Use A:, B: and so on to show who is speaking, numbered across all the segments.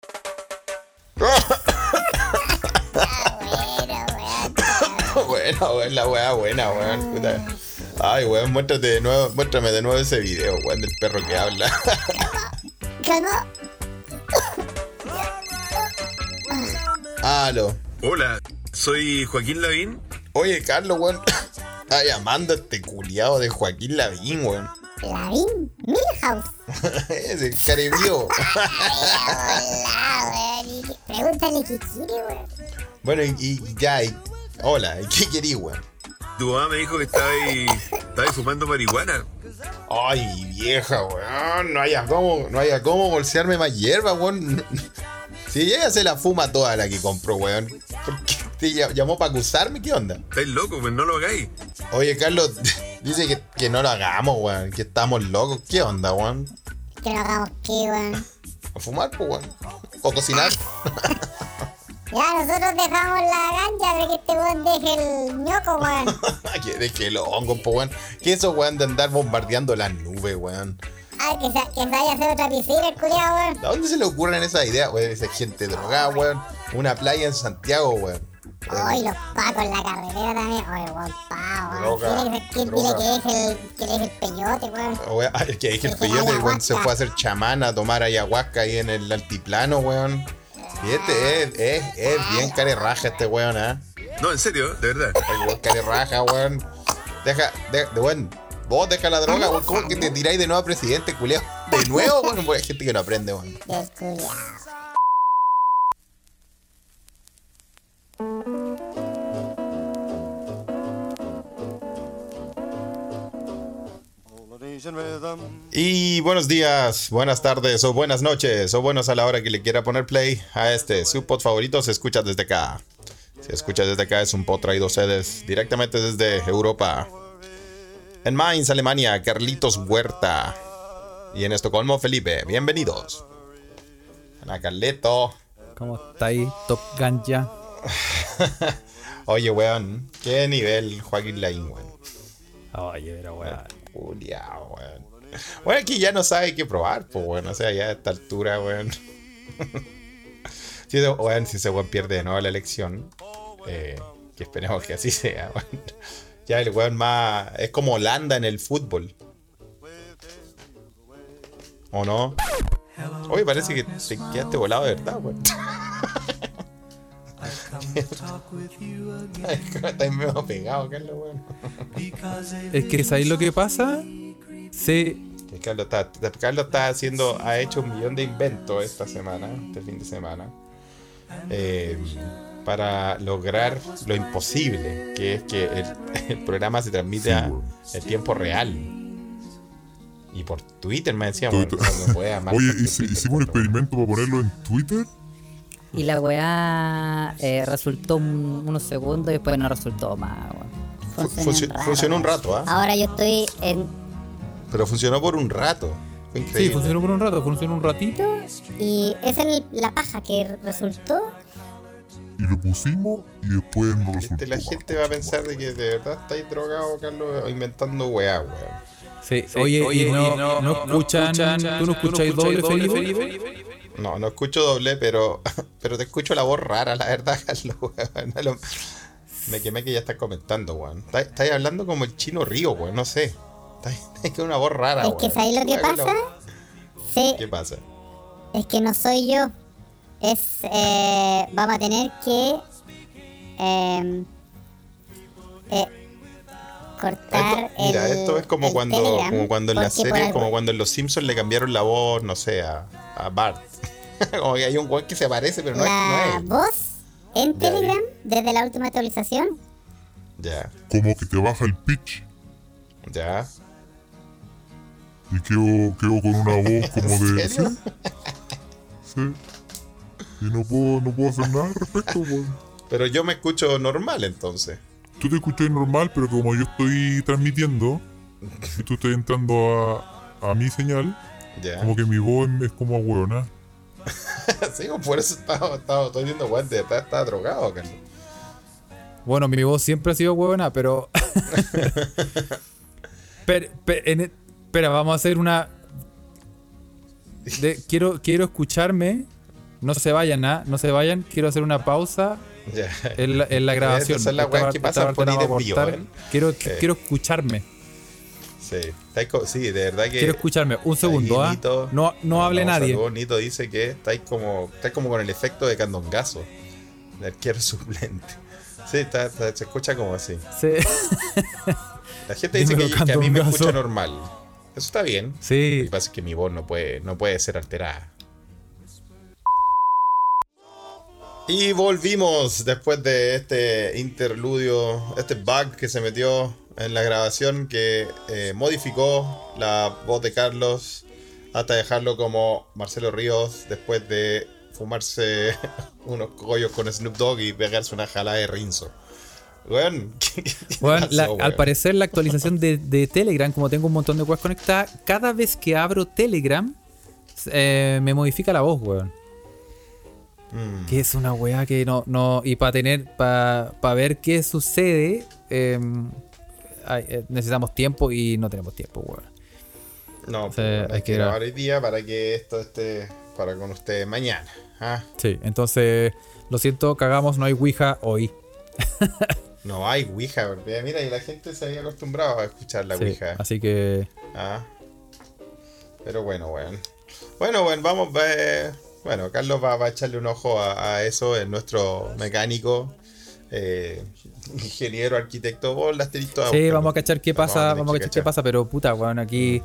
A: buena, weón. La weá buena, weón. Puta. Ay, weón, muéstrate de nuevo, muéstrame de nuevo ese video, weón, del perro que habla.
B: Calma.
A: Aló.
C: Hola, soy Joaquín Lavín.
A: Oye, Carlos, weón. Está llamando a este culiado de Joaquín Lavín, weón.
B: Lavín Milhouse.
A: Es el caribío.
B: Hola, weón. Y- Pregúntale qué quiere, weón.
A: Bueno, y, y ya, y- hola, ¿y ¿qué querís, weón?
C: Tu mamá me dijo que estabais estabais fumando marihuana.
A: Ay, vieja, weón. No haya cómo, no haya cómo bolsearme más hierba, weón. Si ella se la fuma toda la que compró, weón. ¿Por qué te llam- llamó para acusarme? ¿Qué onda?
C: Estáis locos, pues no lo hagáis.
A: Oye, Carlos, dice que, que no lo hagamos, weón. Que estamos locos. ¿Qué onda, weón?
B: Que lo hagamos qué, weón.
A: A fumar, pues, weón. O cocinar.
B: Ya, nosotros dejamos la ganja de que este weón deje el ñoco, weón.
A: que de que lo hongo, pues, weón. Que eso, weón, de andar bombardeando las nubes, weón.
B: Ah, que se, que se vaya a hacer otra piscina, el culiao, weón.
A: ¿A dónde se le ocurren esas ideas, weón? Esa gente drogada, weón. Una playa en Santiago, weón.
B: Ay, los pacos en la carretera también. Ay, weón, pavo,
A: Droga,
B: weón. Tiene que ser que-
A: droga.
B: dile que deje el, que deje el peyote, weón.
A: Weón, ay, que dije el peyote, weón, se fue a hacer chamana, a tomar ayahuasca ahí en el altiplano, weón. Y este es, es, es bien carerraja este weón, ¿ah?
C: No, en serio, de verdad.
A: El weón carerraja, weón. Deja, de, de- weón, vos deja la droga, weón. ¿Cómo que te tiráis de nuevo a presidente, culiao? De nuevo, weón, weón, hay gente que no aprende, weón.
B: Del culiao.
D: Polynesian rhythm.
A: Y buenos días, buenas tardes o buenas noches o buenos a la hora que le quiera poner play a este su pod favorito se escucha desde acá. Se escucha desde acá es un pod traído a ustedes directamente desde Europa. En Mainz, Alemania, Carlitos Huerta. Y en Estocolmo, Felipe. Bienvenidos. Ana Carleto.
E: ¿Cómo estáis, Top Ganja?
A: Oye, weón. Qué nivel, Joaquín Lain, weón.
E: Oye, pero weón.
A: Culiao, weón. Bueno, aquí ya no sabe qué probar, pues, weón. O sea, ya a esta altura, weón. si, ese, weón, si ese weón pierde de nuevo la elección, eh, que esperemos que así sea, weón. Ya el weón más. Es como Holanda en el fútbol. ¿O no? Oye, parece que te quedaste volado de verdad, weón. Estás medio pegado, Carlos, weón.
E: Es que ¿sabéis lo que pasa? Se.
A: Que Carlos está, Carlos está haciendo, ha hecho un millón de inventos esta semana, este fin de semana, eh, para lograr lo imposible, que es que el, el programa se transmita en tiempo real. Y por Twitter me decían,
F: Twitter. Oye, hice- hicimos un experimento para ponerlo en Twitter.
G: Y la weá eh, resultó un- unos segundos y después no resultó más, weón.
A: Funcionó, un rato, ¿ah?
G: Ahora yo estoy en.
A: Pero funcionó por un rato. Fue
E: Sí,
A: increíble.
E: funcionó por un rato, funcionó un ratito.
B: Y esa es la paja que resultó.
F: Y lo pusimos y después no
A: Este,
F: resultó.
A: la gente va a pensar de que de verdad estáis drogado, Carlos, inventando weá, weá.
E: Sí, oye, y no, no, escuchan, ¿Tú no escucháis doble, Felipe?
A: No, no escucho doble, pero, pero te escucho la voz rara, la verdad, Carlos, weón. A lo- Me quemé que ya estás comentando, weón. Está- Estáis hablando como el chino río, weón, no sé. Estáis estáis con una voz rara,
B: es que
A: weón.
B: ¿sabéis lo que
A: Weón,
B: pasa? Sí,
A: ¿Qué pasa?
B: es que no soy yo. Es, eh, vamos a tener que... em, eh, cortar
A: Esto- mira,
B: el-
A: esto es como
B: el
A: cuando,
B: Telegram,
A: como cuando en las
B: porque por
A: series,
B: algo-
A: como cuando en Los Simpsons le cambiaron la voz, no sé, a, a Bart. como que hay un weón que se parece, pero no
B: la
A: es, no es.
B: voz en
A: Ya,
B: Telegram desde la última actualización.
A: Ya,
F: Como que te baja el pitch
A: ya.
F: y quedo, quedo con una voz como de.
A: ¿En serio?
F: Sí, sí. Y no puedo, no puedo hacer nada al respecto, weón.
A: Pero yo me escucho normal entonces.
F: Tú te escuchas normal, pero como yo estoy transmitiendo y tú estás entrando a, a mi señal,
A: Ya.
F: como que mi voz es como a hueona.
A: Sí, pues, por eso estaba, estaba, estoy viendo weón, de verdad estaba drogado, Carlos.
E: Bueno, mi voz siempre ha sido huevona, pero. pero, pero- en- e, espera, vamos a hacer una. de- quiero, quiero escucharme. No se vayan, ¿ah? No se vayan. Quiero hacer una pausa
A: Ya.
E: En la, en la grabación.
A: Esas son las
E: Esta
A: weas que
E: parte- esta
A: pasan por
E: parte la
A: ahí
E: voy a
A: desvío,
E: cortar.
A: ¿eh?
E: Quiero,
A: Eh.
E: quiero escucharme.
A: Sí. Taiko, sí, de verdad que.
E: Quiero escucharme. Un segundo, ¿ah?
A: Nito-
E: No, no hable
A: Vamos,
E: nadie.
A: saludos, Nito dice que estáis como, estáis como con el efecto de candongazo. De arquero suplente. Sí, está- está- se escucha como así.
E: Sí,
A: La gente dice que,
E: Dímelo,
A: que a mí me
E: candongazo.
A: escucha normal. Eso está bien. Lo
E: sí.
A: que pasa es que mi voz no puede, no puede ser alterada. Y volvimos después de este interludio, este bug que se metió en la grabación que eh, modificó la voz de Carlos hasta dejarlo como Marcelo Ríos después de fumarse unos cogollos con Snoop Dogg y pegarse una jalada de Rinzo. Weón, ¿qué- qué
E: Weón,
A: pasó,
E: la-
A: weón?
E: al parecer la actualización de, de Telegram, como tengo un montón de cosas conectadas, cada vez que abro Telegram eh, me modifica la voz, weón.
A: Mm.
E: Que es una weá que no, no. Y para tener, para ver qué sucede, eh, ay, eh, necesitamos tiempo y no tenemos tiempo, weón.
A: No,
E: sea,
A: pues, bueno,
E: hay
A: hay que
E: que
A: grabar hoy día para que esto esté para con ustedes mañana. Ah,
E: Sí, entonces, lo siento, cagamos, no hay Ouija hoy.
A: no hay Ouija, porque mira, y la gente se había acostumbrado a escuchar la
E: Sí,
A: Ouija.
E: Así que.
A: Ah. Pero bueno, bueno. Bueno, bueno, vamos. eh, bueno, Carlos va, va a echarle un ojo a, a eso, es nuestro mecánico, eh, ingeniero, arquitecto, vos lasterito.
E: Sí, vamos a cachar qué pasa,
A: tener
E: vamos a
A: que Mm.
E: cachar qué pasa, pero puta, weón, aquí.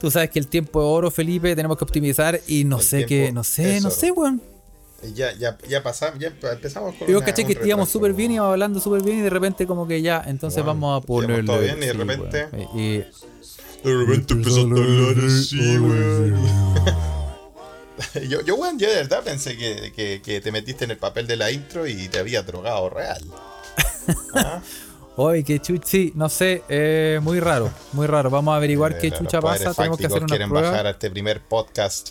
E: Tú sabes que el tiempo es oro, Felipe, tenemos que optimizar y no
A: El
E: sé
A: tiempo
E: qué, no sé,
A: es
E: no
A: oro.
E: sé, weón.
A: Ya, ya, ya pasamos, ya empezamos con.
E: Yo
A: una-
E: caché
A: un
E: que íbamos
A: retraso,
E: súper bien,
A: weón.
E: íbamos hablando súper bien y de repente como que ya, entonces
A: Bueno,
E: vamos
A: íbamos
E: a ponerle.
A: todo bien y de
E: sí,
A: repente-
E: weón, y- y-
A: De repente empezó a hablar así, weón. Yo, yo, weón, yo de verdad pensé que, que- que te metiste en el papel de la intro y te había drogado real.
E: Oye, qué chucha, sí, no sé, eh, muy raro, muy raro. Vamos a averiguar qué
A: Eh, Los
E: chucha
A: poderes
E: pasa, tenemos que
A: fácticos
E: hacer una
A: quieren bajar
E: prueba.
A: a este primer podcast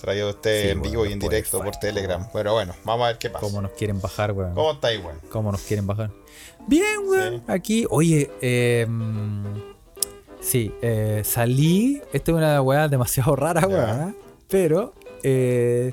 A: traído a usted
E: Sí,
A: en
E: weón,
A: vivo y en
E: los
A: directo por
E: poderes
A: Telegram. Pero bueno, vamos a ver qué pasa.
E: ¿Cómo
A: ¿Cómo,
E: nos quieren bajar, weón?
A: está ahí, weón?
E: cómo nos quieren bajar. Bien, weón.
A: Sí.
E: Aquí, oye, eh, mm, sí, eh, salí. Esta es una weá demasiado rara,
A: Ya.
E: weón. ¿eh? Pero eh,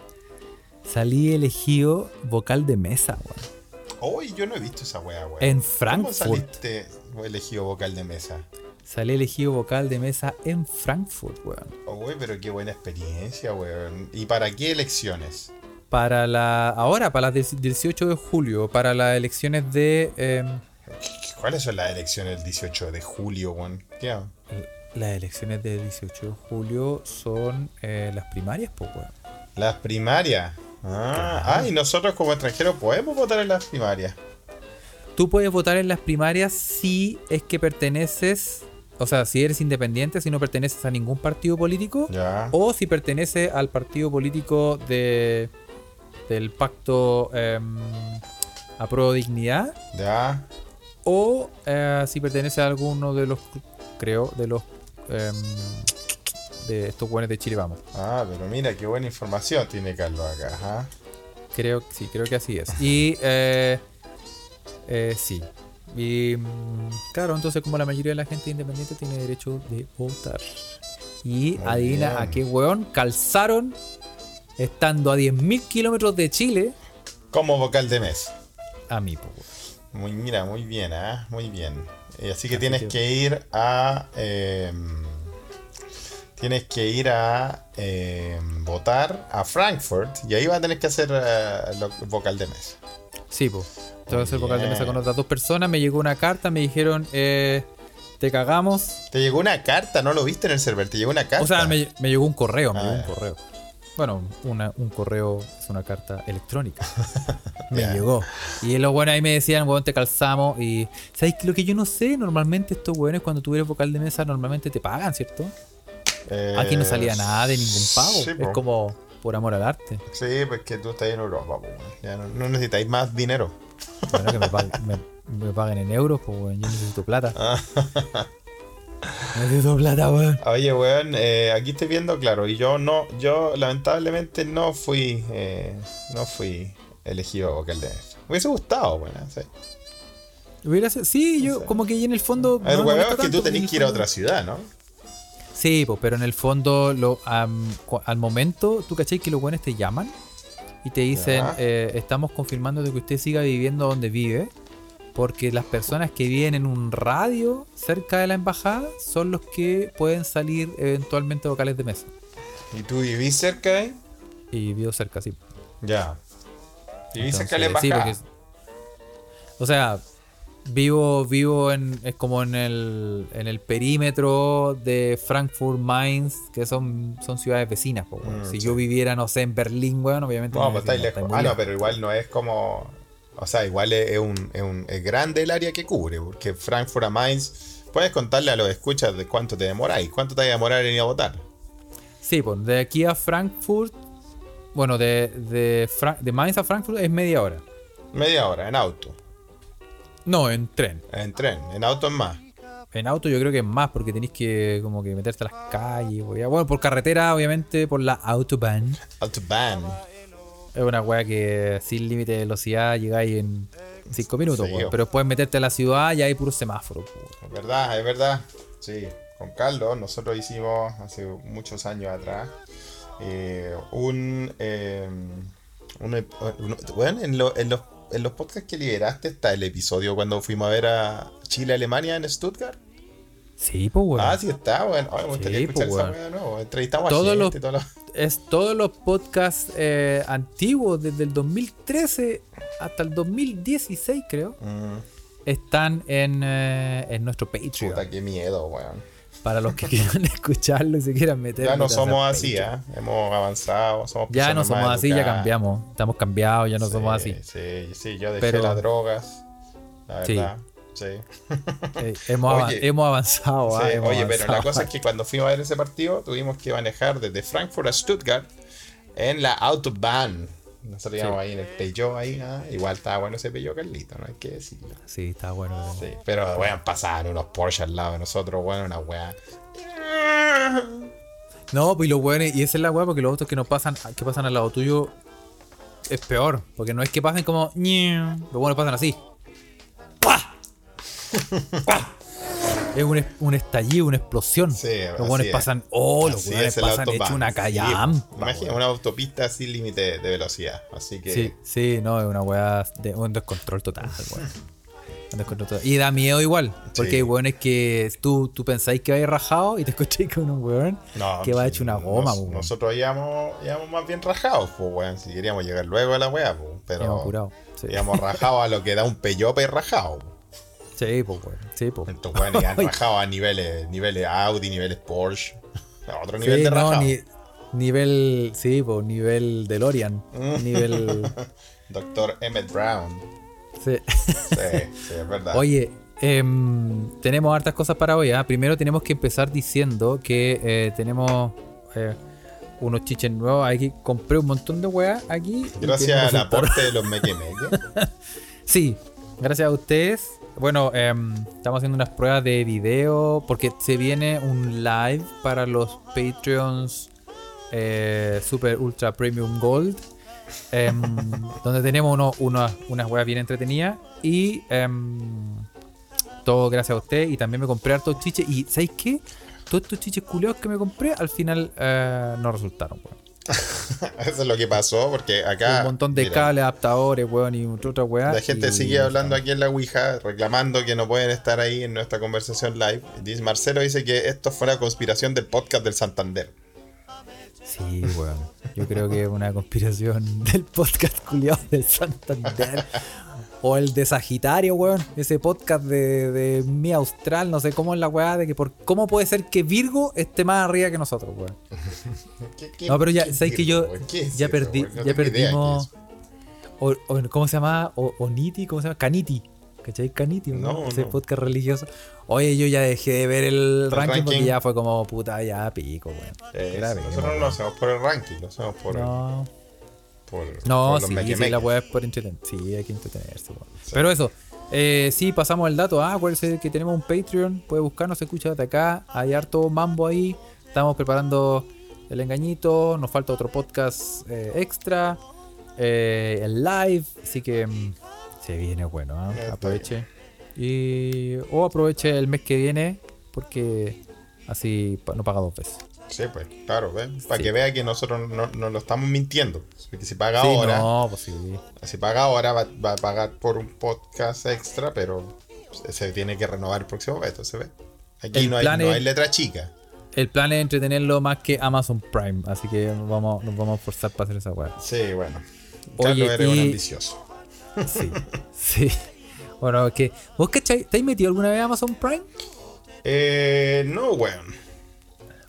E: salí elegido vocal de mesa, weón.
A: Hoy yo no he visto esa wea, weón.
E: En
A: ¿Cómo
E: Frankfurt.
A: saliste elegido vocal de mesa?
E: Salí elegido vocal de mesa en Frankfurt, weón.
A: Oh, wey, pero qué buena experiencia, weón. ¿Y para qué elecciones?
E: Para la. Ahora, para las 18 de julio, para las elecciones de. em,
A: ¿Cuáles son las elecciones del 18 de julio, weón? ¿Qué?
E: las elecciones del 18 de julio son eh, las primarias, pues, weón.
A: Las primarias. Ah, ah, y nosotros como extranjeros podemos votar en las primarias.
E: Tú puedes votar en las primarias si es que perteneces, o sea, si eres independiente, si no perteneces a ningún partido político,
A: Ya.
E: o si perteneces al partido político de, del pacto eh, a pro dignidad,
A: Ya.
E: o eh, si perteneces a alguno de los, creo, de los, eh, de estos buenos de Chile, vamos.
A: Ah, pero mira, qué buena información tiene Carlos acá. ¿ah? ajá.
E: Creo, sí, creo que así es. Y, eh, eh, sí. Y, mm, claro, entonces como la mayoría de la gente independiente tiene derecho de votar. Y
A: Muy
E: adivina
A: bien.
E: a qué weón calzaron, estando a 10.000 kilómetros de Chile,
A: Como vocal de mes.
E: a mí, po, weón.
A: Muy, mira, muy bien, ¿ah? Muy bien. Eh, así que
E: Así
A: tienes
E: que-
A: que ir a... eh, tienes que ir a eh, votar a Frankfurt y ahí vas a tener que hacer eh, lo- vocal de mes.
E: Sí, po. Entonces el vocal de mesa
A: Bien.
E: con otras dos personas, me llegó una carta, me dijeron, eh, te cagamos.
A: Te llegó una carta, no lo viste en el server, te llegó una carta.
E: O sea, me, me llegó un correo, me
A: Ah,
E: llegó un
A: ya.
E: correo. Bueno, una- un correo es una carta electrónica. me
A: Ya.
E: llegó. Y los buenos ahí me decían, weón, te calzamos. Y, ¿sabes qué? lo que yo no sé? Normalmente estos weones, cuando tú eres vocal de mesa, normalmente te pagan, ¿cierto?
A: Eh,
E: Aquí no salía nada de ningún pago.
A: sí,
E: es
A: po.
E: como por amor al arte.
A: Sí, pues que tú estás en Europa, pues, weón. Ya no, no necesitáis más dinero.
E: Bueno, que me, pag- me- me paguen en euros, pues, weón. Yo necesito plata.
A: Ah.
E: necesito plata, weón.
A: Oye, weón, eh, aquí estoy viendo, claro, y yo no, yo lamentablemente no fui, eh, no fui elegido vocal de mes. Me hubiese gustado, weón. ¿eh? Sí.
E: Hubiera sido- Sí, yo como que en el fondo...
A: El
E: no me
A: weón es
E: molesta
A: que
E: tanto,
A: tú
E: porque en
A: tenés
E: el
A: que ir a
E: fondo-
A: otra ciudad, ¿no?
E: Sí, po, pero en el fondo, lo, am, cu- al momento, ¿tú cachai que los buenos te llaman? y te dicen,
A: Ya.
E: eh, estamos confirmando de que usted siga viviendo donde vive, porque las personas que viven en un radio cerca de la embajada son los que pueden salir eventualmente vocales de mesa.
A: ¿Y tú vivís cerca ahí?
E: Y vivo cerca, sí.
A: Ya. ¿Vivís cerca de la
E: Entonces, sí,
A: embajada?
E: porque- o sea, vivo, vivo en, es como en el, en el perímetro de Frankfurt, Mainz, que son, son ciudades vecinas. po, weón.
A: Mm,
E: si yo viviera, no sé, en Berlín, weón, obviamente...
A: No, pero
E: me
A: está
E: vecino,
A: lejos.
E: muy
A: Ah, no,
E: lejos.
A: pero igual no es como. O sea, igual es, es un, es un- es grande el área que cubre, porque Frankfurt a Mainz. Puedes contarle a los escuchas de cuánto te demoráis, cuánto te vas a demorar en ir a votar. Ah,
E: Sí, pues de aquí a Frankfurt, bueno, de, de, Fra- de Mainz a Frankfurt es media hora.
A: Media hora, en auto,
E: No, en tren.
A: en tren, en auto es más.
E: En auto yo creo que es más porque tenéis que como que meterte a las calles. weá. Bueno, por carretera, obviamente, por la autobahn.
A: Autobahn.
E: Es una weá que sin límite de velocidad llegáis en 5 minutos,
A: Sí,
E: weón.
A: o-
E: pero puedes meterte a la ciudad y hay puro semáforo.
A: Es verdad, es verdad. Sí, con Carlos nosotros hicimos hace muchos años atrás eh, un, eh, un ep- eh, un- bueno, en, lo- en los, en los podcasts que liberaste está el episodio cuando fuimos a ver a Chile-Alemania en Stuttgart.
E: Sí, pues weón.
A: Ah, sí está, bueno. Ay, me gustaría
E: Sí,
A: escuchar
E: pues,
A: esa
E: weón.
A: weá de nuevo. Entrevistamos
E: Todos
A: a gente,
E: los-
A: todos los-
E: Es todos los podcasts eh, antiguos, desde el 2013 hasta el 2016, creo.
A: Mm,
E: están en, eh, en nuestro Patreon.
A: puta, qué miedo, weón.
E: Para los que quieran escucharlo y se quieran meter.
A: Ya no
E: metanse
A: somos
E: al
A: así,
E: Patreon.
A: ¿eh? Hemos avanzado, somos
E: Ya no
A: personas más
E: somos así, ya
A: educadas.
E: cambiamos. Estamos cambiados, ya no
A: Sí,
E: somos así.
A: Sí, sí, yo dejé
E: Pero-
A: las drogas. La
E: Sí.
A: verdad. Sí.
E: Eh, hemos,
A: Oye.
E: avan- hemos avanzado. ah,
A: Sí,
E: hemos
A: Oye, pero la
E: avanzado.
A: cosa es que cuando fuimos a ver ese partido, tuvimos que manejar desde Frankfurt a Stuttgart en la Autobahn. Nosotros íbamos ahí en el Peugeot ahí, ah, igual estaba bueno ese Peugeot Carlito, no hay que decirlo.
E: Sí, está bueno. pero-
A: Sí, pero weón, pasaban unos Porsche al lado de nosotros, weón, una weá.
E: No, pues y los weones, y esa es la weá, porque los autos que nos pasan, que pasan al lado tuyo es peor. Porque no es que pasen como. ñeu, Los buenos pasan así. ¡Pah! ¡Pah! Es un, es- un estallido, una explosión.
A: Sí, así
E: los buenos
A: es.
E: pasan. Oh, los
A: Así
E: weones
A: es el
E: pasan
A: Autobahn.
E: hecho una
A: Sí,
E: callampa.
A: Imagina
E: weón.
A: una autopista sin límite de velocidad, así que
E: Sí, sí, no, es una weá de un descontrol total, weón. Un descontrol total. Y da miedo igual, porque
A: Sí.
E: hay weones que tú, tú pensáis que vais rajado y te escucháis con un weón
A: No,
E: que va
A: sí,
E: hecho una goma, pues,
A: nos-
E: weón.
A: Nosotros íbamos, íbamos más bien rajados, pues, weón. Si queríamos llegar luego a la weá, pues. Pero
E: Íbamos curados, sí.
A: íbamos rajados a lo que da un peyope rajado. po.
E: Sí, pues, weón. Sí, pues.
A: Estos weones iban rajados a niveles, niveles Audi, niveles Porsche. A otro nivel
E: Sí,
A: de rajado.
E: ni- nivel, sí, pues, nivel DeLorean.
A: Mm.
E: nivel.
A: Doctor Emmett Brown.
E: sí.
A: Sí, sí, es verdad.
E: Oye, em, tenemos hartas cosas para hoy. ¿ah? Primero tenemos que empezar diciendo que eh, tenemos eh, unos chiches nuevos. Aquí compré un montón de weas aquí. y
A: Gracias
E: tenemos
A: al
E: un par-
A: aporte de los mequemeques.
E: Sí, gracias a ustedes. Bueno, em, estamos haciendo unas pruebas de video porque se viene un live para los Patreons eh, Super Ultra Premium Gold, em, donde tenemos uno- unas- unas weas bien entretenidas y em, todo gracias a usted. Y también me compré hartos chiches y ¿sabéis qué? Todos estos chiches culeados que me compré al final eh, no resultaron. weón.
A: Eso es lo que pasó, porque acá.
E: Un montón de
A: mira,
E: cables, adaptadores, weón, y otra wea.
A: La gente
E: y-
A: sigue hablando aquí en la Ouija, reclamando que no pueden estar ahí en nuestra conversación live. Dice, Marcelo dice que esto fue una conspiración del podcast del Santander.
E: Sí, weón. Yo creo que es una conspiración del podcast culiado del Santander. O el de Sagitario, weón. Ese podcast de, de Mi Austral, no sé cómo es la weá de que por cómo puede ser que Virgo esté más arriba que nosotros, weón.
A: ¿Qué- qué-
E: No, pero ya,
A: qué
E: ¿sabes que yo
A: mierda, güey? ¿Qué es
E: ya
A: eso,
E: perdí,
A: güey? No
E: ya
A: tengo idea qué
E: perdimos
A: es.
E: o, o- ¿cómo se llama? O, Oniti, ¿cómo se llama? Caniti. ¿Cachai? Caniti, ¿no?
A: No,
E: Ese
A: no.
E: podcast religioso. Oye, yo ya dejé de ver el, ranking, porque
A: ranking.
E: ya fue como puta, ya pico, weón.
A: Eh,
E: Grave,
A: nosotros no lo hacemos por el ranking, lo hacemos por,
E: No.
A: por,
E: No,
A: por
E: sí, sí,
A: mequemeques.
E: la web es por entretener. Sí, hay que entretenerse. weón. Pero eso, eh, sí, pasamos el dato. Ah, acuérdense que tenemos un Patreon. Puede buscarnos, escucha desde acá. Hay harto mambo ahí. Estamos preparando el engañito. Nos falta otro podcast eh, extra. eh, el live. Así que mm, se viene bueno. ¿ah?
A: Está
E: Aproveche. Y, o aproveche el mes que viene porque así pa- no paga dos veces.
A: Sí, pues, claro, ¿ves? Para
E: Sí.
A: que vea que nosotros no, no lo estamos mintiendo. Porque si paga
E: Sí,
A: ahora,
E: no, pues sí.
A: si paga ahora va, va a pagar por un podcast extra, pero se, se tiene que renovar el próximo mes, entonces ve. Aquí
E: El
A: no hay,
E: plan
A: no
E: es-
A: hay letra chica.
E: El plan es entretenerlo más que Amazon Prime, así que nos vamos, nos vamos a forzar para hacer esa weá.
A: Sí, bueno.
E: Oye,
A: Carlos, eres un
E: y-
A: ambicioso.
E: Sí, sí. Bueno, es que. ¿Vos cachai? ¿Te has metido alguna vez a Amazon Prime?
A: Eh, no, weón.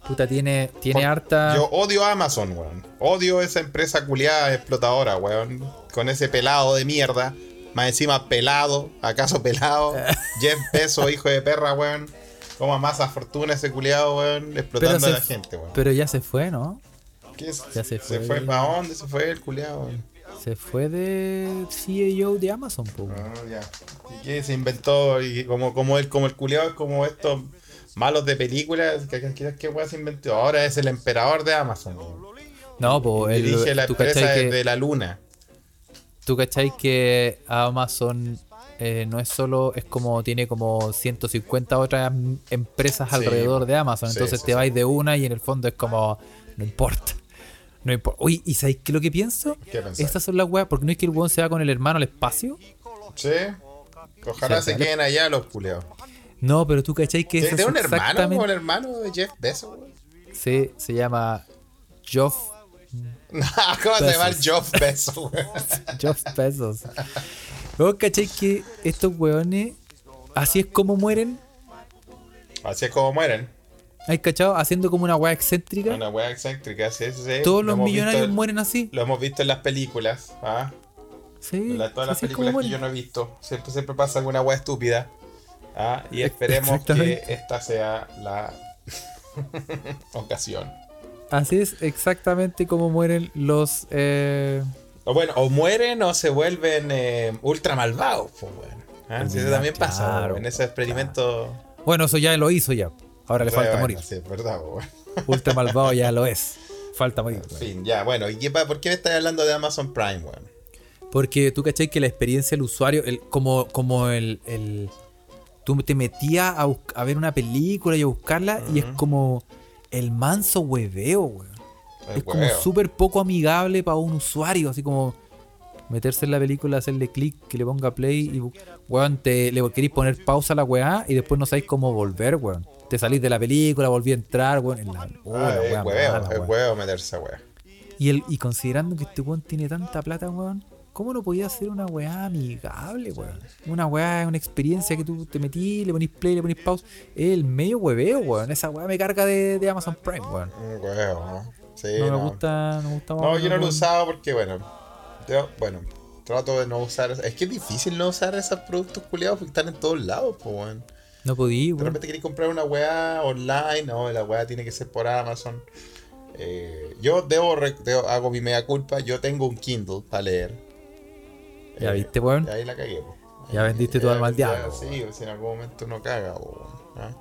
E: Puta, tiene, tiene
A: Por-
E: harta.
A: Yo odio a Amazon, weón. Odio esa empresa culiada explotadora, weón. Con ese pelado de mierda. Más encima pelado, acaso pelado.
E: Ah.
A: Jeff Bezos, hijo de perra, weón. Toma más a fortuna ese culiado, weón. Explotando a la
E: se-
A: gente, weón.
E: pero ya se fue, ¿no?
A: ¿Qué es?
E: ya se fue.
A: ¿Para dónde se fue el culiado, weón?
E: Se fue de CEO de Amazon, po.
A: Ah, ya. ¿Y qué se inventó? Y como, como, el, como el culiado es como estos malos de películas. ¿Qué, qué, qué, qué weón se inventó? Ahora es el emperador de Amazon, weón.
E: No, po. el-
A: Dirige la
E: tú
A: empresa
E: cachai
A: desde
E: que,
A: la luna.
E: tú cachai que Amazon eh, no es solo, es como, tiene como 150 otras mm, empresas
A: Sí,
E: alrededor de Amazon.
A: sí,
E: Entonces
A: sí,
E: te
A: sí.
E: vais de una y en el fondo es como, no importa. No importa. Uy, ¿y sabéis qué es lo que pienso?
A: ¿Qué pensáis?
E: Estas son las weas, porque no es que el weón se va con el hermano al espacio.
A: Sí. Ojalá
E: Sí,
A: se
E: claro.
A: queden allá los culeos.
E: No, pero tú cachai que eso
A: ¿Tiene
E: es
A: un hermano?
E: exactamente-
A: ¿Un hermano de Jeff Bezos? güey?
E: Sí, se llama Joff,
A: No, ¿Cómo se llama el
E: Bezos.
A: Jeff Bezos? güey?
E: Joff Bezos. Luego cachai que estos weones, así es como mueren.
A: Así es como mueren.
E: ¿Hay cachado? Haciendo como una wea excéntrica.
A: Una wea excéntrica, sí, sí, sí.
E: Todos
A: Eh, Lo
E: los
A: hemos
E: millonarios
A: visto-
E: mueren así.
A: Lo hemos visto en las películas. ¿ah?
E: Sí,
A: La- todas las
E: así es como
A: películas que
E: mueren.
A: yo no he visto. Siempre, siempre pasa alguna wea estúpida. ¿ah? Y esperemos que
E: Exactamente.
A: esta sea la ocasión.
E: Así es exactamente como mueren los... eh,
A: O bueno, o mueren o se vuelven eh, ultra malvados. Pues, bueno. ¿ah? Sí, eso también pasa
E: Claro,
A: güey, en ese experimento.
E: Bueno, eso ya lo hizo ya. Ahora le
A: Sí,
E: falta
A: bueno,
E: morir.
A: Sí, es verdad, po, bueno.
E: Ultra malvado ya lo es. Falta morir.
A: En fin, ya, bueno. ¿Y qué, pa- por qué me estás hablando de Amazon Prime, weón?
E: Porque tú cachai que la experiencia del usuario, el, como, como el, el- Tú te metías a, bus- a ver una película y a buscarla y es como el manso hueveo, weón.
A: El
E: es como
A: hueveo.
E: súper poco amigable para un usuario, así como meterse en la película, hacerle clic, que le ponga play y, bu- weón, te, le querís poner pausa a la weá y después no sabéis cómo volver, weón. Te salís de la película, volví a entrar, weón. En la, oh,
A: Ah, es
E: la weá
A: hueveo,
E: mala,
A: es
E: weón.
A: hueveo meterse a wea.
E: Y, el, y considerando que este weón tiene tanta plata, weón, ¿cómo no podía hacer una weá amigable, weón? Una weá, una experiencia que tú te metís, le ponís play, le ponís pause. Es el medio hueveo, weón. Esa weá me carga de, de Amazon Prime, weón.
A: Un hueveo, ¿no? Sí,
E: No
A: no.
E: me gusta, no me gusta
A: No, yo no lo he
E: weón.
A: usado porque, bueno. Yo, bueno, trato de no usar. Es que es difícil no usar esos productos culiados porque están en todos lados, pues, weón.
E: No podí,
A: De
E: weón.
A: repente queréis comprar una weá online, no, la weá tiene que ser por Amazon. Eh, yo debo, re- debo- hago mi mea culpa, yo tengo un Kindle para leer.
E: Ya
A: Eh,
E: viste, weón.
A: Y ahí la cagué. po.
E: Ya vendiste tu
A: Ya,
E: alma al
A: ya,
E: diablo,
A: Sí,
E: weón.
A: si en algún momento uno caga. weón, ¿ah?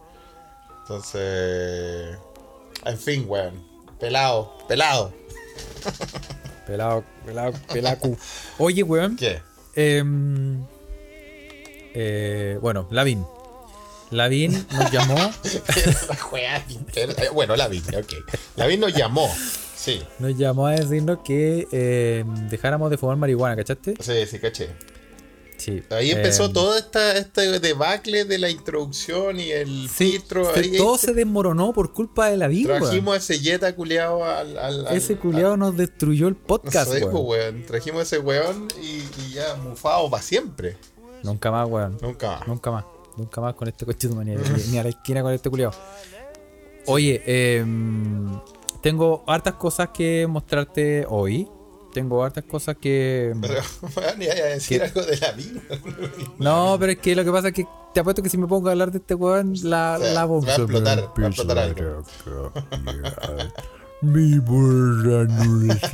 A: Entonces. En fin, weón. Pelado, pelado.
E: Pelado, pelado, pelacu. Oye, weón.
A: ¿Qué?
E: em, eh, bueno, Lavín. Lavín nos llamó.
A: la juega Quintero. Eh, Bueno, la vi, ok. La vi nos llamó. Sí,
E: Nos llamó a decirnos que em, dejáramos de fumar marihuana, ¿cachaste?
A: sí, sí, caché.
E: Sí.
A: Ahí empezó
E: em,
A: todo esta, este debacle de la introducción y el
E: Sí,
A: filtro.
E: se-
A: ahí,
E: todo
A: ahí
E: se desmoronó por culpa de la vida.
A: Trajimos ese Jetta culeado al, al, al-
E: Ese culiado nos destruyó el
A: al- no
E: podcast,
A: sé,
E: weón.
A: pues, weón. Trajimos ese weón y, y ya mufado para siempre.
E: Nunca más, weón.
A: Nunca más.
E: Nunca más. Nunca más con este coche de manía. ni a la esquina con este culiado. Oye, em, tengo hartas cosas que mostrarte hoy. Tengo hartas cosas que.
A: Pero, weón, iba a decir
E: ¿Qué?
A: algo de la vida.
E: No, pero es que lo que pasa es que te apuesto que si me pongo a hablar de este weón, la,
A: O sea,
E: la
A: va a explotar, va a explotar algo.
F: Mi borra no es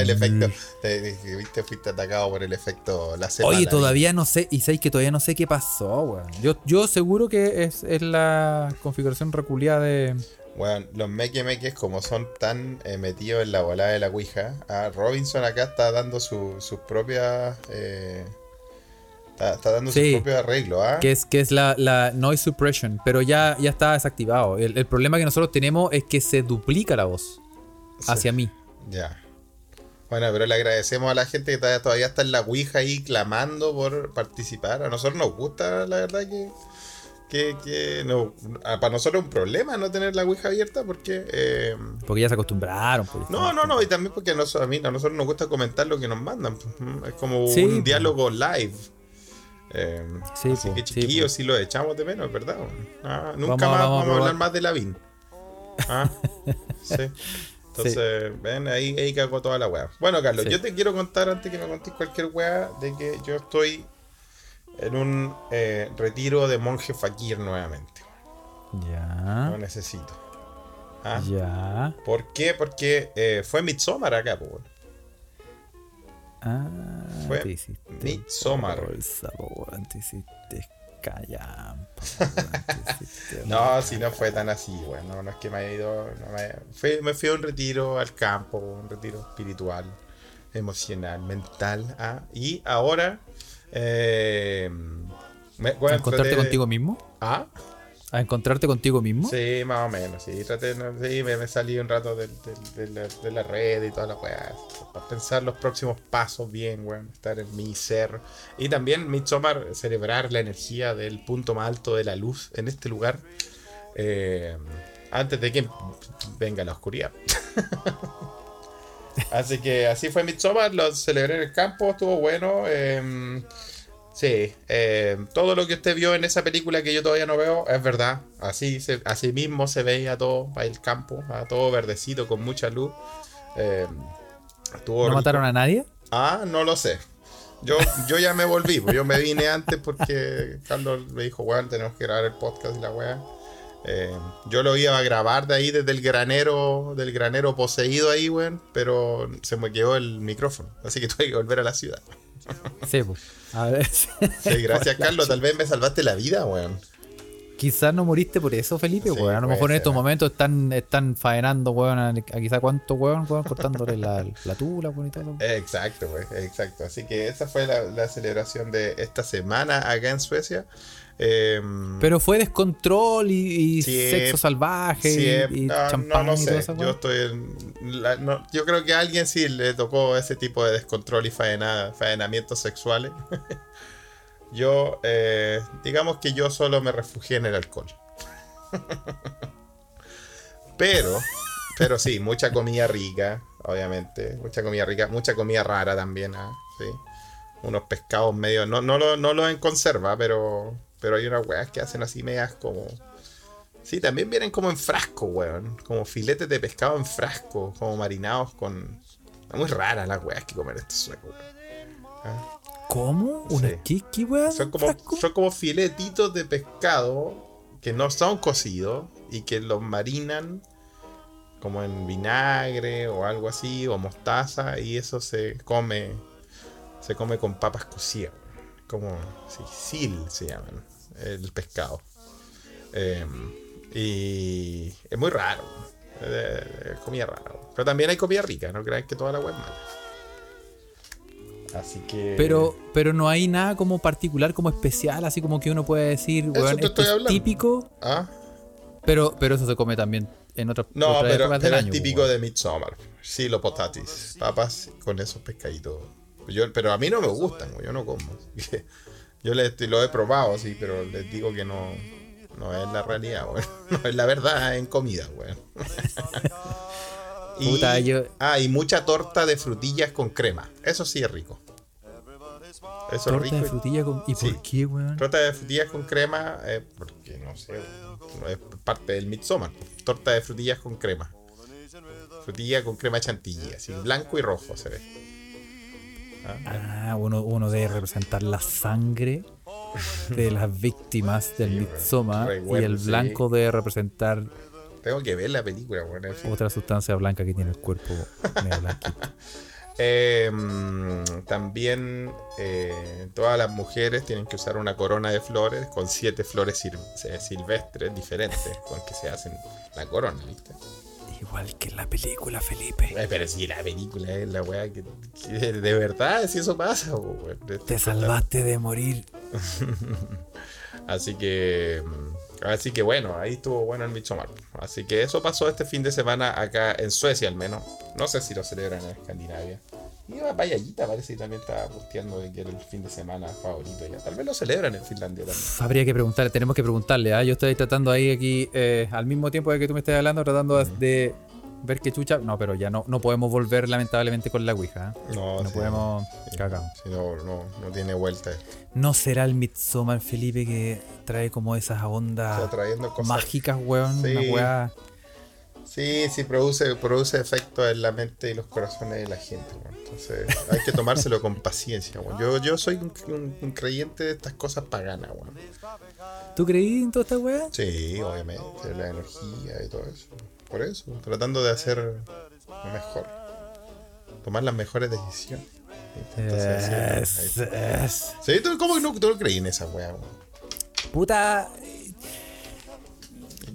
A: El efecto.
F: mía.
A: Te, te- viste, fuiste atacado por el efecto la semana.
E: Oye, todavía no sé, y sabéis que todavía no sé qué pasó, weón. Yo, yo seguro que es, es la configuración reculiada de.
A: Bueno, los meque meques, como son tan eh, metidos en la volada de la Ouija, ah, Robinson acá está dando su- sus propias eh, Está, está dando
E: Sí.
A: su propio arreglo, ¿ah?
E: Que es, que es la, la noise suppression, pero ya, ya está desactivado. El, el problema que nosotros tenemos es que se duplica la voz hacia mí.
A: Ya. Bueno, pero le agradecemos a la gente que todavía, todavía está en la Ouija ahí clamando por participar. A nosotros nos gusta, la verdad, que. que, que no- a- para nosotros es un problema no tener la Ouija abierta porque. eh,
E: Porque ya se acostumbraron. pues,
A: no, no, no, y también porque a nos- a mí a nosotros nos gusta comentar lo que nos mandan. pues, mm, Es como
E: Sí,
A: un
E: pues.
A: diálogo live. Eh,
E: Sí,
A: así
E: pues,
A: que
E: sí,
A: chiquillos,
E: pues.
A: sí, los echamos de menos, ¿verdad? Ah, nunca más
E: Vamos- vamos a
A: vamos, a hablar
E: probar.
A: más de Lavín. Ah, sí. Entonces, ven, ahí, ahí cagó toda la weá. Bueno, Carlos,
E: Sí.
A: yo te quiero contar antes que me contéis cualquier weá de que yo estoy en un eh, retiro de monje fakir nuevamente. Lo
E: Ya.
A: necesito. Ah,
E: Ya.
A: ¿Por qué? Porque eh, fue Midsommar acá, po, weón.
E: Ah,
A: Fue
E: te hiciste
A: Midsommar.
E: bolsa, po, weón, te hiciste callampa,
A: No, si no fue tan así, weón. No, no es que me haya ido. no me, fui, me fui a un retiro al campo, un retiro espiritual, emocional, mental. ah, y ahora. Eh, me,
E: ¿A
A: bueno,
E: encontrarte
A: traté de-
E: contigo mismo?
A: Ah,
E: ¿A encontrarte contigo mismo?
A: sí, más o menos. Sí, traté, de no- sí, me, me salí un rato del- del- de, la, de la red y toda la weá. Para pensar los próximos pasos bien, weón. Estar en mi ser. Y también, Midsommar, celebrar la energía del punto más alto de la luz en este lugar. eh, antes de que venga la oscuridad. así que así fue Midsommar, lo celebré en el campo, estuvo bueno. eh, sí, eh, todo lo que usted vio en esa película que yo todavía no veo es verdad. Así, se- así mismo se veía todo el campo, a todo verdecito con mucha luz. Eh, estuvo
E: ¿No
A: rico.
E: mataron a nadie?
A: Ah, no lo sé. Yo, yo ya me volví, pues, yo me vine antes porque Carlos me dijo, weón, tenemos que grabar el podcast y la weá. Eh, yo lo iba a grabar de ahí desde el granero, del granero poseído ahí, weón, pero se me quedó el micrófono, así que tuve que volver a la ciudad.
E: Sí, po. A ver,
A: Sí, gracias Carlos, tal vez me salvaste la vida, weón.
E: Quizás no moriste por eso, Felipe,
A: Sí,
E: weón. A lo
A: puede
E: mejor en
A: ser,
E: estos
A: ¿eh?
E: momentos están, están faenando, weón, a, a quizá cuánto, weón, weón, cortándole la, la tula, weón, y todo.
A: Exacto, güey, exacto. Así que esa fue la, la celebración de esta semana acá en Suecia. Em,
E: Pero fue descontrol y, y
A: Sí,
E: sexo salvaje y-
A: Sí, eh,
E: y,
A: no,
E: champán
A: no lo
E: y toda
A: sé.
E: esa
A: Yo
E: weón.
A: estoy en la- no, yo creo que a alguien sí le tocó ese tipo de descontrol y faena- faenamientos sexuales. yo, eh, digamos que yo solo me refugié en el alcohol. pero, pero sí, mucha comida rica, obviamente. Mucha comida rica, mucha comida rara también, ah, sí. Unos pescados medio, no, no los no lo en conserva, pero, pero hay unas weas que hacen así medias como... Sí, también vienen como en frasco, weón. Como filetes de pescado en frasco, como marinados con. Está muy rara las weas que comen estos suecos, weón.
E: ¿Cómo? ¿Una
A: Sí.
E: kiki, weón?
A: Son como,
E: Frasco.
A: son como filetitos de pescado que no son cocidos y que los marinan como en vinagre o algo así, o mostaza, y eso se come. Se come con papas cocidas, weón. Como. Sí, sil se llaman. El pescado. Eh, y es muy raro. Eh, es comida rara. Pero también hay comida rica, no crean que toda la web es mala. Así que.
E: Pero, pero no hay nada como particular, como especial, así como que uno puede decir,
A: Eso
E: weón,
A: te
E: esto
A: estoy
E: es
A: hablando.
E: típico,
A: ¿Ah?
E: pero, pero eso se come también en otras,
A: No,
E: otras
A: pero,
E: épocas
A: pero
E: del
A: es
E: año. pues,
A: típico
E: weón.
A: de Midsommar. Sí, los potatis. Papas con esos pescaditos. Yo- pero a mí no me gustan, güey, yo no como. Yo les, lo he probado, sí, pero les digo que no, no es la realidad, güey. No es la verdad en comida, güey. Y-
E: Puta, yo-
A: Ah, y mucha torta de frutillas con crema. Eso sí es rico. Eso es
E: Torta
A: rico.
E: de
A: y-
E: frutilla con... ¿Y
A: Sí.
E: por qué, weón?
A: Torta de frutillas con crema, eh, porque no sé, no es parte del Midsommar. Torta de frutillas con crema. Frutilla con crema chantilly, así blanco y rojo se ve.
E: Ah, uno, uno debe representar la sangre de las víctimas del
A: Sí, weón.
E: Midsommar y
A: Recuerdo,
E: el
A: sí.
E: blanco debe representar
A: Tengo que ver la película, bueno, en fin.
E: otra sustancia blanca que tiene el cuerpo medio blanquito.
A: Eh, mm, también eh, todas las mujeres tienen que usar una corona de flores con siete flores sil- eh, silvestres diferentes con que se hacen la corona, ¿viste?
E: Y Igual que en la película, Felipe.
A: Güey, pero si la película es la weá que, que de verdad, si eso pasa, güey.
E: Te salvaste de morir.
A: Así que. mm, Así que bueno, ahí estuvo bueno el Midsommar. Así que eso pasó este fin de semana acá en Suecia, al menos. No sé si lo celebran en Escandinavia. Y la payallita parece que también está posteando de que era el fin de semana favorito ya. Tal vez lo celebran en Finlandia también.
E: Uf, Habría que preguntarle, tenemos que preguntarle. ¿ah? Yo estoy tratando ahí aquí, eh, al mismo tiempo de que tú me estés hablando, tratando de ver qué chucha. No, pero ya no, no podemos volver lamentablemente con la Ouija. ¿ah?
A: No,
E: no
A: Oh, sí,
E: podemos. Cagao.
A: Sí, no, no, no tiene vuelta. Está
E: ¿No será el Midsommar, Felipe, que trae como esas ondas
A: trayendo cosas.
E: mágicas, weón?
A: Sí.
E: Una weá.
A: Sí, sí, produce, produce efecto en la mente y los corazones de la gente. weón. Entonces hay que tomárselo con paciencia. weón. Yo, yo soy un, un- un creyente de estas cosas paganas. weón.
E: ¿Tú creí en toda esta weá?
A: Sí, obviamente, la energía y todo eso. Por eso, tratando de hacer lo mejor. Tomar las mejores decisiones. Entonces,
E: Es,
A: sí, ahí-
E: es.
A: Sí, ¿tú, ¿cómo no, tú no creí en esa weá? weón?
E: Puta.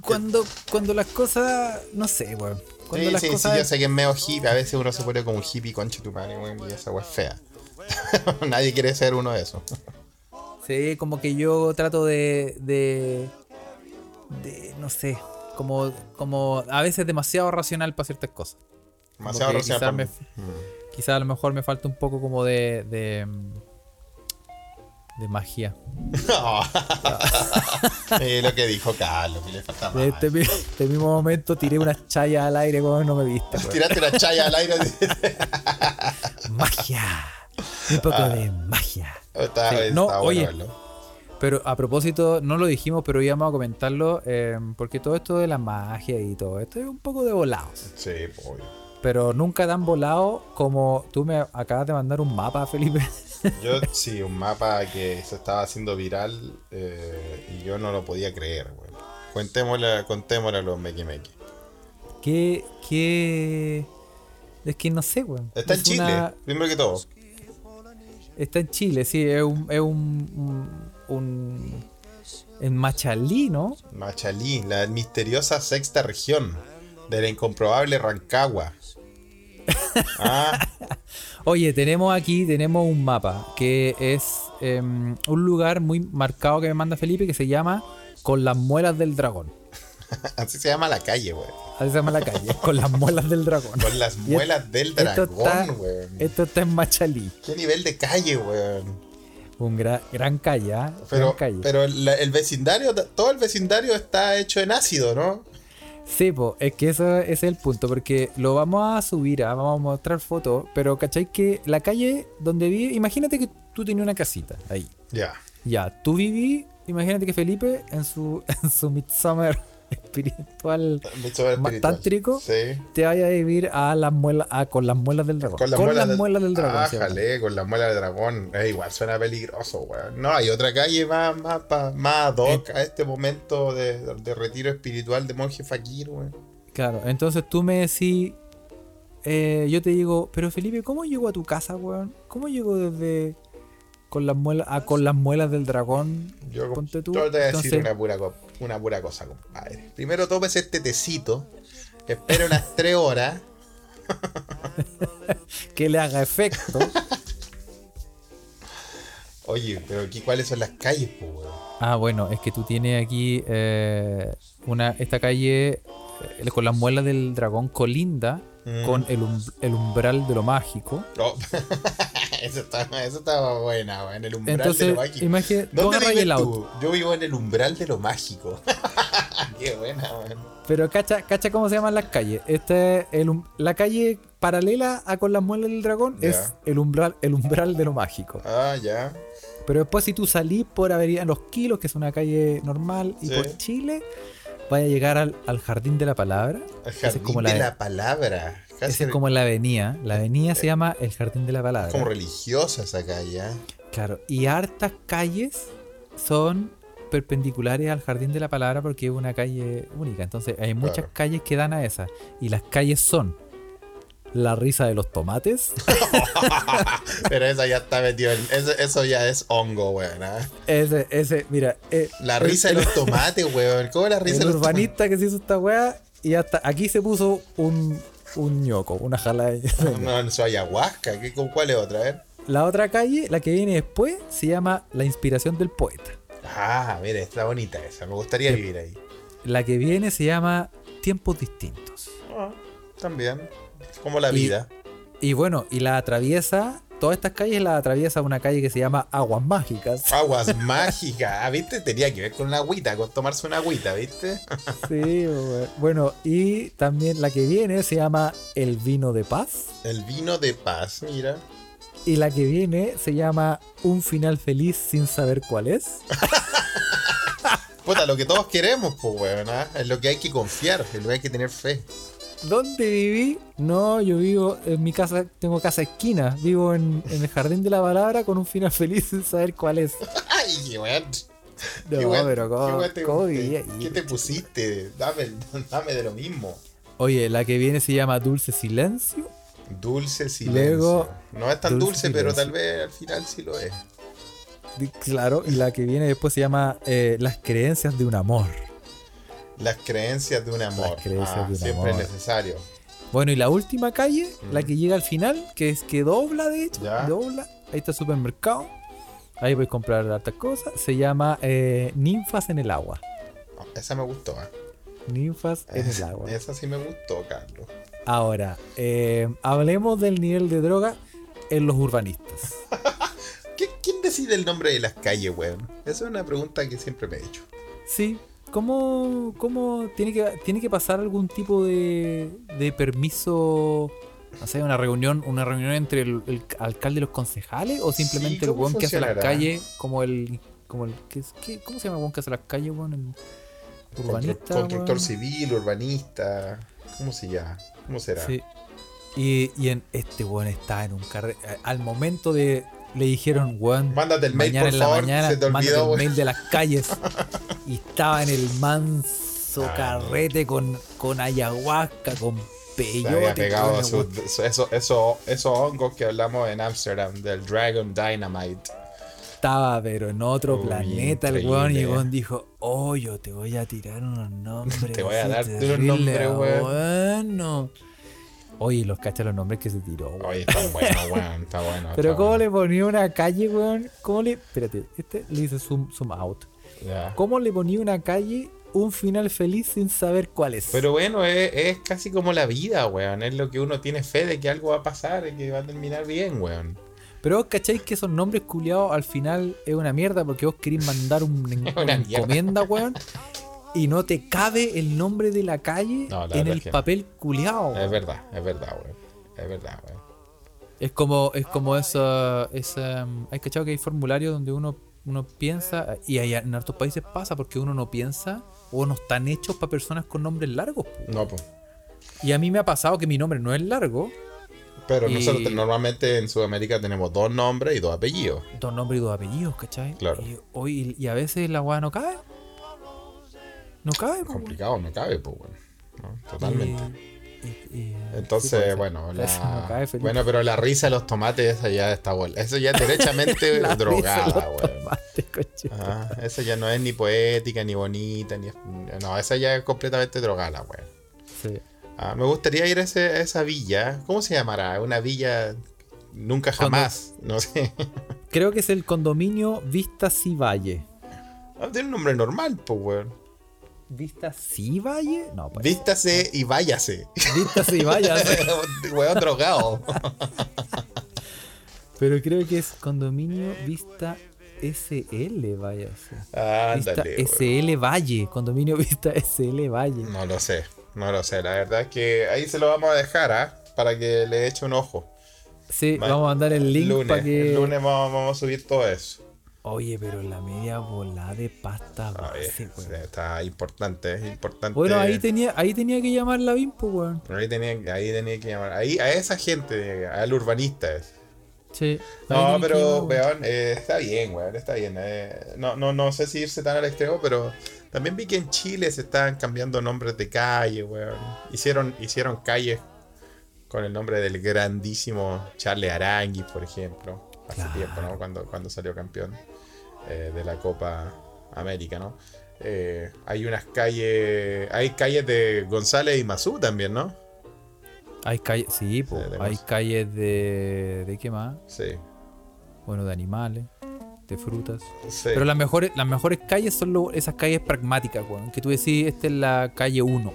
E: Cuando, cuando las cosas. No sé, weón. Cuando
A: Sí,
E: las
A: sí, sí,
E: cosas.
A: yo sé que es medio hippie. A veces uno se pone como un hippie, conche tu madre, weón, y esa weá es fea. Nadie quiere ser uno de esos.
E: Sí, como que yo trato de. de. de, no sé. Como, como a veces demasiado racional para ciertas cosas. Como
A: Demasiado
E: que
A: racional.
E: quizás
A: para
E: me-
A: mí. Mm.
E: Quizás a lo mejor me falta un poco como de. de, mm, de magia.
A: No. Eh, lo que dijo Carlos, que le falta más.
E: De este, mi- este mismo momento tiré unas chayas al aire, como no me viste. weón.
A: Tiraste la chaya al aire. así.
E: Magia. Un poco
A: Ah.
E: de magia.
A: "Oh, Está-
E: Sí,
A: está
E: no,
A: bueno
E: oye.
A: verlo.
E: Pero a propósito, no lo dijimos, pero íbamos a comentarlo, eh, porque todo esto de la magia y todo esto es un poco de volados.
A: Sí, obvio.
E: Pero nunca tan volado como tú me acabas de mandar un mapa, Felipe.
A: Yo sí, un mapa que se estaba haciendo viral eh, y yo no lo podía creer, weón. Contémosle, contémosle a los Meki Meki.
E: ¿Qué, qué? Es que no sé, weón.
A: Está en
E: Es
A: Chile,
E: una-
A: primero que todo.
E: Está en Chile, sí. Es un... Es un, un, un- en Machalí, ¿no?
A: Machalí, la misteriosa sexta región de la incomprobable Rancagua. Ah,
E: Oye, tenemos aquí, tenemos un mapa que es em, un lugar muy marcado que me manda Felipe que se llama Con las muelas del dragón.
A: así se llama la calle, weón.
E: Así se llama la calle, con las muelas del dragón.
A: Con las
E: Y
A: muelas del
E: esto está-
A: dragón, weón.
E: Esto está en Machalí,
A: Qué nivel de calle, weón.
E: un gra- gran calle, ¿ah? gran
A: Pero,
E: calle.
A: pero la- el vecindario, todo el vecindario está hecho en ácido, ¿no?
E: Sí, po, es que eso ese es el punto, porque lo vamos a subir, ¿ah? vamos a mostrar fotos, pero ¿cachai? Que la calle donde vive, imagínate que tú tenías una casita ahí.
A: Ya.
E: Ya, tú viví, imagínate que Felipe en su, en su midsummer espiritual
A: Mucho más
E: Más
A: espiritual.
E: tántrico.
A: Sí.
E: te vaya a vivir a las muelas, a- con las muelas del dragón. Con las, muelas, del... dragón.
A: Ah,
E: sí,
A: jale, con las muelas del dragón. Eh, igual suena peligroso, weón. No, hay otra calle más, más, pa- más ad
E: Eh.
A: hoc a este momento de, de retiro espiritual de monje fakir, weón.
E: Claro, entonces tú me decís, eh, yo te digo, pero Felipe, ¿cómo llegó a tu casa, weón? ¿Cómo llegó desde con las muelas, a con las muelas del dragón?
A: Yo,
E: Ponte tú.
A: yo te voy a decir
E: Entonces-
A: una, pura, co- una pura cosa, compadre. Primero tomes este tecito. Espera unas tres horas.
E: Que le haga efecto.
A: Oye, pero aquí, ¿cuáles son las calles, pues, weón?
E: ah, bueno, es que tú tienes aquí eh, una, esta calle eh, con las muelas del dragón colinda
A: Mm.
E: con el, um- el umbral de lo mágico.
A: No. eso, estaba, eso estaba buena, weón. El umbral de
E: Entonces,
A: lo mágico.
E: imagínate, tú
A: ¿Dónde
E: agarras
A: vives
E: el auto.
A: tú? Yo vivo en el umbral de lo mágico. Qué buena, weón.
E: Pero cacha, cacha cómo se llaman las calles. Este es el um- la calle paralela a con las muelas del dragón
A: Ya.
E: es el umbral, el umbral de lo mágico.
A: Ah, ya.
E: Pero después si tú salís por Avenida Los Kilos, que es una calle normal, y
A: Sí.
E: por Chile, vas a llegar al, al Jardín de la Palabra.
A: El
E: Ese es
A: jardín
E: como
A: de
E: la-
A: la palabra. Casi eh,
E: Esa es como la avenida. La avenida se llama el Jardín de la Palabra.
A: como religiosa esa calle. ¿eh?
E: Claro. Y hartas calles son perpendiculares al Jardín de la Palabra porque es una calle única. Entonces hay muchas
A: Claro.
E: calles que dan a esa. Y las calles son la risa de los tomates.
A: Pero esa ya está metido en. Eso, eso ya es hongo, weón. ¿eh?
E: Ese, ese, mira. eh,
A: La
E: el-
A: risa de
E: el,
A: los tomates, weón. ¿Cómo la risa
E: el
A: de los tomates?
E: urbanista que se hizo esta weá Y hasta aquí se puso un, un ñoco, una jala de-
A: No, no, soy ayahuasca. ¿Qué, con ¿Cuál es otra? A ver.
E: La otra calle, la que viene después, se llama La Inspiración del Poeta.
A: Ah, mira, está bonita esa. Me gustaría vivir ahí.
E: La que viene se llama Tiempos Distintos.
A: Ah, también. Es como la
E: Y-
A: vida.
E: Y bueno, y la atraviesa, todas estas calles las atraviesa una calle que se llama Aguas Mágicas.
A: Aguas mágicas. Ah, ¿viste? Tenía que ver con una agüita, con tomarse una agüita, ¿viste?
E: Sí, güey. bueno, y también la que viene se llama El Vino de Paz.
A: El vino de paz, mira.
E: Y la que viene se llama Un Final Feliz sin saber cuál es.
A: Puta, lo que todos queremos, pues, weón. ¿ah? Es lo que hay que confiar, es lo que hay que tener fe.
E: ¿Dónde viví? No, yo vivo en mi casa, tengo casa esquina. Vivo en, en el Jardín de la Palabra con un final feliz sin saber cuál es.
A: Ay, qué weón.
E: No,
A: qué weón,
E: pero
A: qué
E: ¿cómo,
A: weón te-
E: cómo
A: te-
E: viví ahí?
A: ¿Qué te pusiste? Dame, dame de lo mismo.
E: Oye, la que viene se llama Dulce Silencio.
A: Dulce silencio.
E: Luego,
A: no es tan dulce,
E: dulce
A: pero
E: silencio.
A: tal vez al final sí lo es.
E: Di- Claro, y la que viene después se llama eh, Las Creencias de un Amor.
A: Las creencias de un amor.
E: creencias
A: Ah,
E: de un
A: siempre
E: amor.
A: es necesario.
E: Bueno, y la última calle,
A: Mm.
E: la que llega al final, que es que dobla, de hecho,
A: Ya.
E: dobla. Ahí está el supermercado. Ahí voy a comprar hartas cosas. Se llama eh, Ninfas en el Agua.
A: Ah, esa me gustó. ah.
E: Ninfas en el Agua.
A: Esa sí me gustó, Carlos.
E: Ahora, eh, hablemos del nivel de droga en los urbanistas.
A: ¿Qué- ¿Quién decide el nombre de las calles, weón? Esa es una pregunta que siempre me he hecho.
E: Sí, ¿cómo, cómo tiene, que, tiene que pasar algún tipo de, de permiso? No sé, una reunión, una reunión entre el, el alcalde y los concejales, o simplemente
A: Sí,
E: el
A: ¿cómo
E: weón que hace las
A: funcionará?
E: calles, como el. Como el ¿qué, es- qué- cómo se llama el weón que hace las calles, weón? El urbanista.
A: Constru- constructor
E: weón.
A: civil, urbanista. ¿Cómo se llama? ¿Cómo será?
E: Sí. Y, y en este weón está en un carrete. Al momento de. Le dijeron, weón.
A: Mándate el mail,
E: mañana
A: por
E: en la
A: favor.
E: mañana
A: se te
E: mándate
A: olvidó,
E: el
A: weón.
E: mail de las calles y estaba en el manso
A: Ah,
E: carrete con, con ayahuasca, con
A: Se
E: peyote.
A: había pegado
E: con-
A: a sus- su- eso- eso- esos hongos que hablamos en Amsterdam, del Dragon Dynamite.
E: Estaba, pero en otro
A: Uy,
E: planeta el weón. Y
A: increíble.
E: el
A: eh.
E: weón dijo: Oh, yo te voy a tirar unos nombres.
A: Te voy a
E: así
A: dar unos
E: terribles,
A: nombres, weón".
E: Bueno. Oye, los cachas los nombres que se tiró, weón.
A: Oye, está bueno, weón, está bueno.
E: Pero
A: está
E: cómo
A: bueno.
E: le ponía una calle, weón. ¿Cómo le.? Espérate, este le hice zoom, zoom out.
A: Ya.
E: ¿Cómo le ponía una calle un final feliz sin saber cuál es?
A: Pero bueno, es, es casi como la vida, weón. Es lo que uno tiene fe de que algo va a pasar y que va a terminar bien, weón.
E: Pero vos cacháis que esos nombres culiados al final es una mierda porque vos querés mandar un- una,
A: mierda.
E: encomienda, weón. Y no te cabe el nombre de la calle
A: No, la
E: en
A: verdad
E: el
A: es que no. Eh.
E: papel culiado.
A: Es verdad, es verdad, weón. Es verdad, weón.
E: Es como, es como esa, esa mm, hay cachado que hay formularios donde uno, uno piensa, y ahí en hartos países pasa porque uno no piensa o no están hechos para personas con nombres largos. po.
A: No, pues.
E: Y a mí me ha pasado que mi nombre no es largo,
A: Pero
E: Y-
A: nosotros te- normalmente en Sudamérica tenemos dos nombres y dos apellidos.
E: dos nombres y dos apellidos, ¿cachai?
A: Claro.
E: Y, hoy, y a veces la weá no cabe. No cabe, po, weón.
A: Complicado, no cabe, pues, weón. ¿no? Totalmente.
E: Y- y- y- sí,
A: Entonces,
E: puede ser.
A: bueno,
E: Puede ser,
A: la-
E: no cae, Felipe.
A: bueno, pero la risa de los tomates, esa ya está bola. Eso ya es derechamente
E: La risa
A: drogada,
E: de los
A: weón.
E: tomates, coche.
A: Ah, esa ya no es ni poética, ni bonita, ni. No, esa ya es completamente drogada, weón.
E: Sí.
A: Ah, me gustaría ir a, ese- a esa villa. ¿Cómo se llamará? Una villa nunca jamás. No sé.
E: Creo que es el condominio Vistas y Valle.
A: Ah, Tiene un nombre normal, pues, weón.
E: ¿Vistas y Valle? No, pues.
A: Vístase y váyase.
E: Vistas y Valle. hace-
A: weón drogado.
E: Pero creo que es condominio Vista SL, vaya. sí. Vista
A: Ándale, weón.
E: SL Valle. Condominio Vista SL Valle.
A: No lo sé, no lo sé. La verdad es que ahí se lo vamos a dejar, ¿ah? Para que le eche un ojo.
E: Sí,
A: Ma-
E: vamos a mandar el link
A: lunes,
E: para que.
A: el lunes vamos, vamos a subir todo eso.
E: Oye, pero la media volada de pasta
A: Ah, bien,
E: base,
A: sí,
E: weón.
A: está importante, es importante.
E: Bueno, ahí tenía, ahí tenía que llamar la BIM, pues, weón.
A: Ahí tenía, ahí tenía que llamar. Ahí, a esa gente, al urbanista. ese.
E: Sí.
A: No,
E: ahí tenía que
A: pero,
E: llamar, weón.
A: weón, eh, está bien, weón, está bien. eh. no, no, no sé si irse tan al extremo, pero también vi que en Chile se estaban cambiando nombres de calle, weón. Hicieron, hicieron calles con el nombre del grandísimo Charles Arangui, por ejemplo, hace
E: Claro.
A: tiempo, ¿no? Cuando, cuando salió campeón eh, de la Copa América, ¿no? eh, hay unas calles. Hay calles de González y Mazú también, ¿no?
E: Hay calles, sí, po,
A: tenemos.
E: hay calles de, de qué más,
A: Sí.
E: bueno, de animales, de frutas.
A: sí.
E: Pero las mejores, las mejores calles son lo- esas calles pragmáticas, weón. Que tú decís, esta es la calle 1.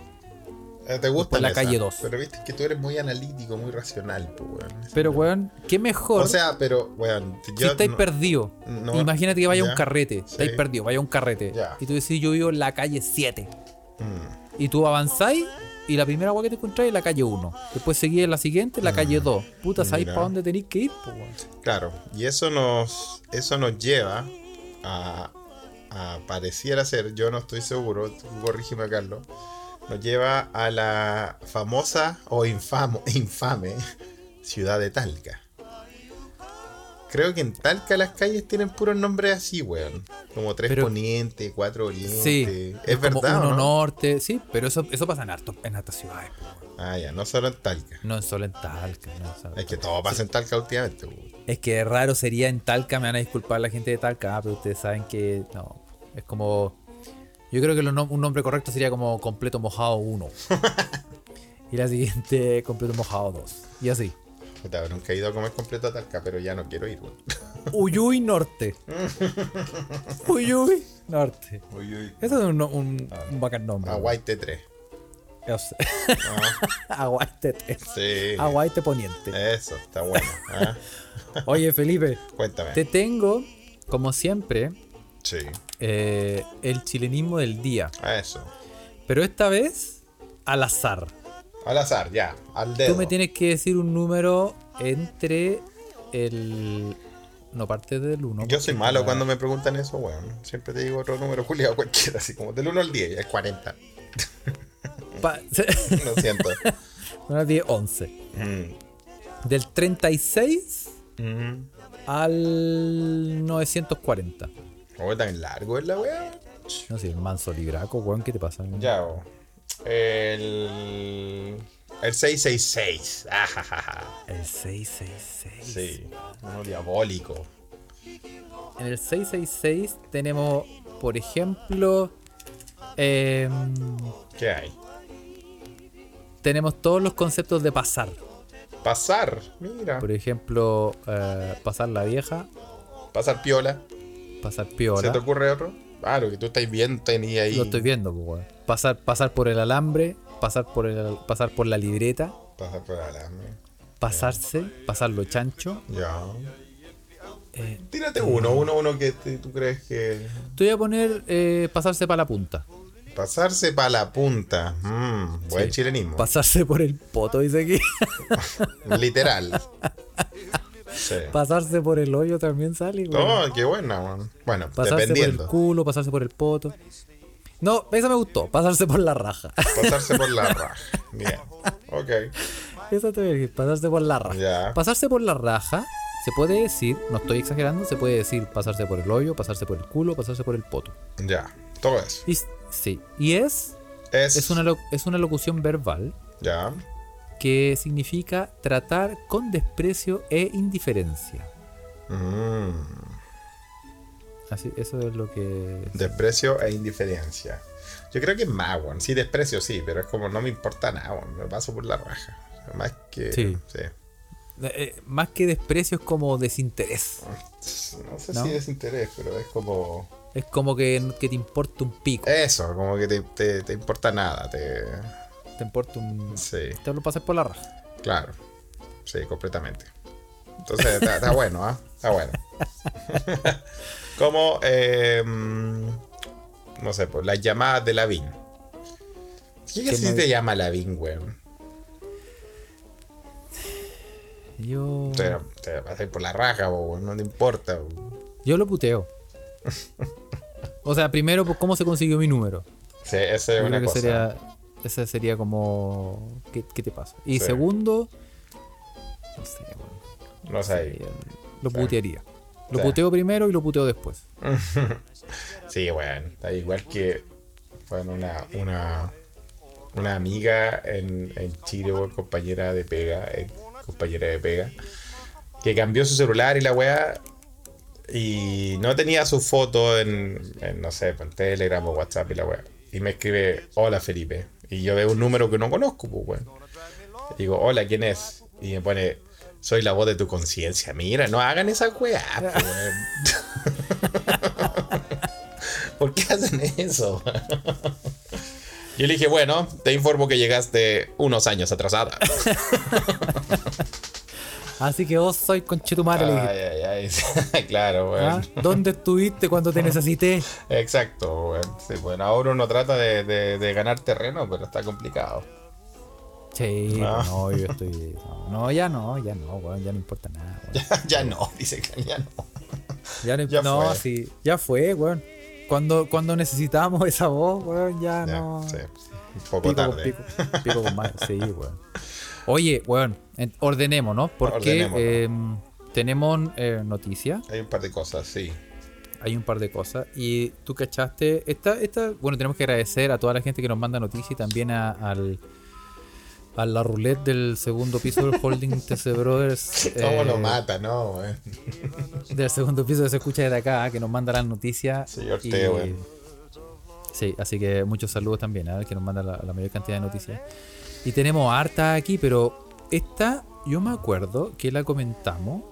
A: Eh, Te gusta
E: la calle dos.
A: Pero viste que tú eres muy analítico, muy racional, pues, weón.
E: Pero, weón, qué mejor
A: O sea, pero, weón,
E: si
A: yo.
E: estáis
A: no-
E: perdido.
A: no-
E: Imagínate que vaya a
A: ya,
E: un carrete. Estáis
A: sí.
E: perdido, vaya a un carrete.
A: Ya.
E: Y tú decís, yo vivo en la calle 7.
A: Mm,
E: Y tú avanzáis y la primera agua que te encontráis es la calle 1. Después seguís en la siguiente, en la calle 2. Puta, ¿sabéis
A: Ah, mira. Eh,
E: para dónde tenéis que ir? po, weón?
A: claro, y eso nos, eso nos lleva a, a pareciera ser, yo no estoy seguro, tú corrígeme, Carlos, nos lleva a la famosa o infamo, infame ciudad de Talca. Creo que en Talca las calles tienen puros nombres así, weón. Como tres
E: Pero-
A: poniente, cuatro oriente.
E: Sí.
A: es
E: como
A: verdad. ¿o
E: Uno
A: no?
E: norte, sí, pero eso, eso pasa en, harto, en hartas ciudades. po, weón.
A: Ah, ya, no solo en Talca.
E: No en solo en Talca. no en solo-
A: Es que todo pasa en Talca últimamente, weón.
E: Es que raro sería en Talca, me van a disculpar la gente de Talca, ah, pero ustedes saben que no. Es como. Yo creo que lo nom- un nombre correcto sería como Completo Mojado 1. y la siguiente, Completo Mojado 2. Y así.
A: Puta, nunca he ido a comer completo a Talca, pero ya no quiero ir, weón.
E: Uyuy Norte. Uyuy Norte. Eso es un, no- un,
A: Ah,
E: un bacán nombre.
A: A White 3
E: Es- Aguaite. te-
A: Ah. Sí. Eh.
E: Aguaite Poniente.
A: Eso, está bueno. ah.
E: Oye, Felipe,
A: Cuéntame.
E: te tengo, como siempre,
A: Sí.
E: eh, el chilenismo del día.
A: A eso.
E: Pero esta vez al azar.
A: Al azar, ya. Al dedo.
E: Tú me tienes que decir un número entre el. No pues, parte del 1.
A: Yo soy malo cuando me preguntan eso, weón. Siempre te digo otro número, Julio, cualquiera, así como del 1 al 10, es 40. Lo siento.
E: Bueno, 10, 11.
A: Mm.
E: Del 36
A: Mm.
E: al 940.
A: Oh, tan largo es la weá.
E: No sé, el manso libraco, weón, ¿qué te pasa?
A: Ya, weón. El. El 666. Ajajaja.
E: El 666.
A: Sí. Uno diabólico.
E: En el 666 tenemos, por ejemplo, eh,
A: ¿Qué hay?
E: tenemos todos los conceptos de pasar.
A: Pasar, mira.
E: Por ejemplo, eh, pasar la vieja,
A: Pasar piola.
E: pasar
A: ¿Se
E: piola.
A: te ocurre otro? Ah, lo que tú estás viendo, tenía ahí.
E: Lo estoy viendo, pues, weón. Pasar, pasar por el alambre, pasar por el, pasar por la libreta,
A: Pasar por alambre.
E: pasarse, pasarlo chancho.
A: Ya.
E: Eh,
A: Tírate uno, uno, uno que te- tú crees que.
E: te voy a poner eh, pasarse para la punta.
A: Pasarse para la punta. Mm, buen
E: Sí.
A: chilenismo.
E: Pasarse por el poto, dice aquí.
A: Literal. sí.
E: pasarse por el hoyo también sale, weón.
A: Oh, qué buena, weón. Bueno,
E: Pasarse por el
A: dependiendo.
E: culo, pasarse por el poto. No, esa me gustó, pasarse por la raja.
A: Pasarse por la raja. Bien. Ok.
E: esa te voy a decir, pasarse por la raja.
A: Ya.
E: Pasarse por la raja se puede decir, no estoy exagerando, se puede decir pasarse por el hoyo, pasarse por el culo, pasarse por el poto.
A: Ya. Todo eso.
E: Y, s- sí, y es,
A: Es.
E: es, una, lo- es una locución verbal
A: Ya.
E: que significa tratar con desprecio e indiferencia.
A: Mm.
E: Así, eso es lo que...
A: Desprecio e indiferencia. Yo creo que es más, weón. Sí, desprecio, sí, pero es como no me importa nada, weón. Me paso por la raja. Más que.
E: Sí.
A: sí.
E: eh, más que desprecio es como desinterés.
A: No sé
E: ¿No?
A: si desinterés, pero es como.
E: Es como que, que te importa un pico.
A: Eso, como que te, te- te importa nada. Te...
E: Te importa un...
A: Sí,
E: Te lo pasas por la raja.
A: claro. Sí, completamente. Entonces, está, está bueno, ¿ah? Está bueno. como. eh, no sé, pues las llamadas de Lavín. ¿Qué
E: Que
A: si
E: no-
A: te llama Lavín, weón?
E: Yo.
A: Te, te vas a ir por la raja, bo, no te importa. bo.
E: Yo lo puteo. o sea, primero, pues, ¿cómo se consiguió mi número?
A: Sí, esa
E: Yo
A: es
E: creo
A: una
E: que
A: cosa.
E: sería. Ese sería como. ¿Qué, qué te pasa? Y
A: Sí.
E: segundo. No sé, weón.
A: No sé. ahí.
E: Eh, Lo
A: Sí.
E: putearía. Lo
A: Sí.
E: puteo primero y lo puteo después.
A: Sí, bueno, está igual que bueno, una, una, una amiga en, en Chile, weón, compañera de eh, pega, ex compañera de pega, que cambió su celular y la weá Y no tenía su foto en, en, no sé, en Telegram o WhatsApp y la weá. Y me escribe, hola Felipe. Y yo veo un número que no conozco, pues weón. Y Digo, hola, ¿quién es? Y me pone, soy la voz de tu conciencia. Mira, no hagan esa weá, po, weón. ¿Por qué hacen eso? Yo le dije, bueno, te informo que llegaste unos años atrasada.
E: Así que vos soy conchetumare, le dije.
A: Ay, ay, ay. claro,
E: ¿Ah?
A: weón.
E: ¿Dónde estuviste cuando te necesité?
A: Exacto, weón. Sí, bueno, ahora uno trata de, de- de ganar terreno, pero está complicado.
E: Sí,
A: Ah.
E: no, yo estoy. No, no, ya no, ya no, weón, ya no importa nada, weón.
A: ya no, dice que ya no.
E: Ya no,
A: Ya
E: no,
A: fue.
E: sí, ya fue, weón. Cuando, cuando necesitamos esa voz, weón, ya,
A: Ya,
E: Ah, no.
A: sí. Un poco
E: Pico con
A: tarde.
E: pico, pico con madre, sí, weón. Oye, weón, en- ordenemos, ¿no? Porque
A: Ordenemos,
E: eh, tenemos eh, noticias,
A: Hay un par de cosas, sí.
E: hay un par de cosas, y tú cachaste, esta, esta, bueno, tenemos que agradecer a toda la gente que nos manda noticias y también a, al, a la roulette del segundo piso del holding TC Brothers.
A: ¿Cómo
E: eh,
A: lo mata, no, weón?
E: del segundo piso que se escucha desde acá, ah, que nos manda las noticias.
A: Señor
E: y-
A: Teo, eh.
E: Sí, así que muchos saludos también, ¿eh? que nos manda la, la mayor cantidad de noticias. Y tenemos harta aquí, pero esta yo me acuerdo que la comentamos.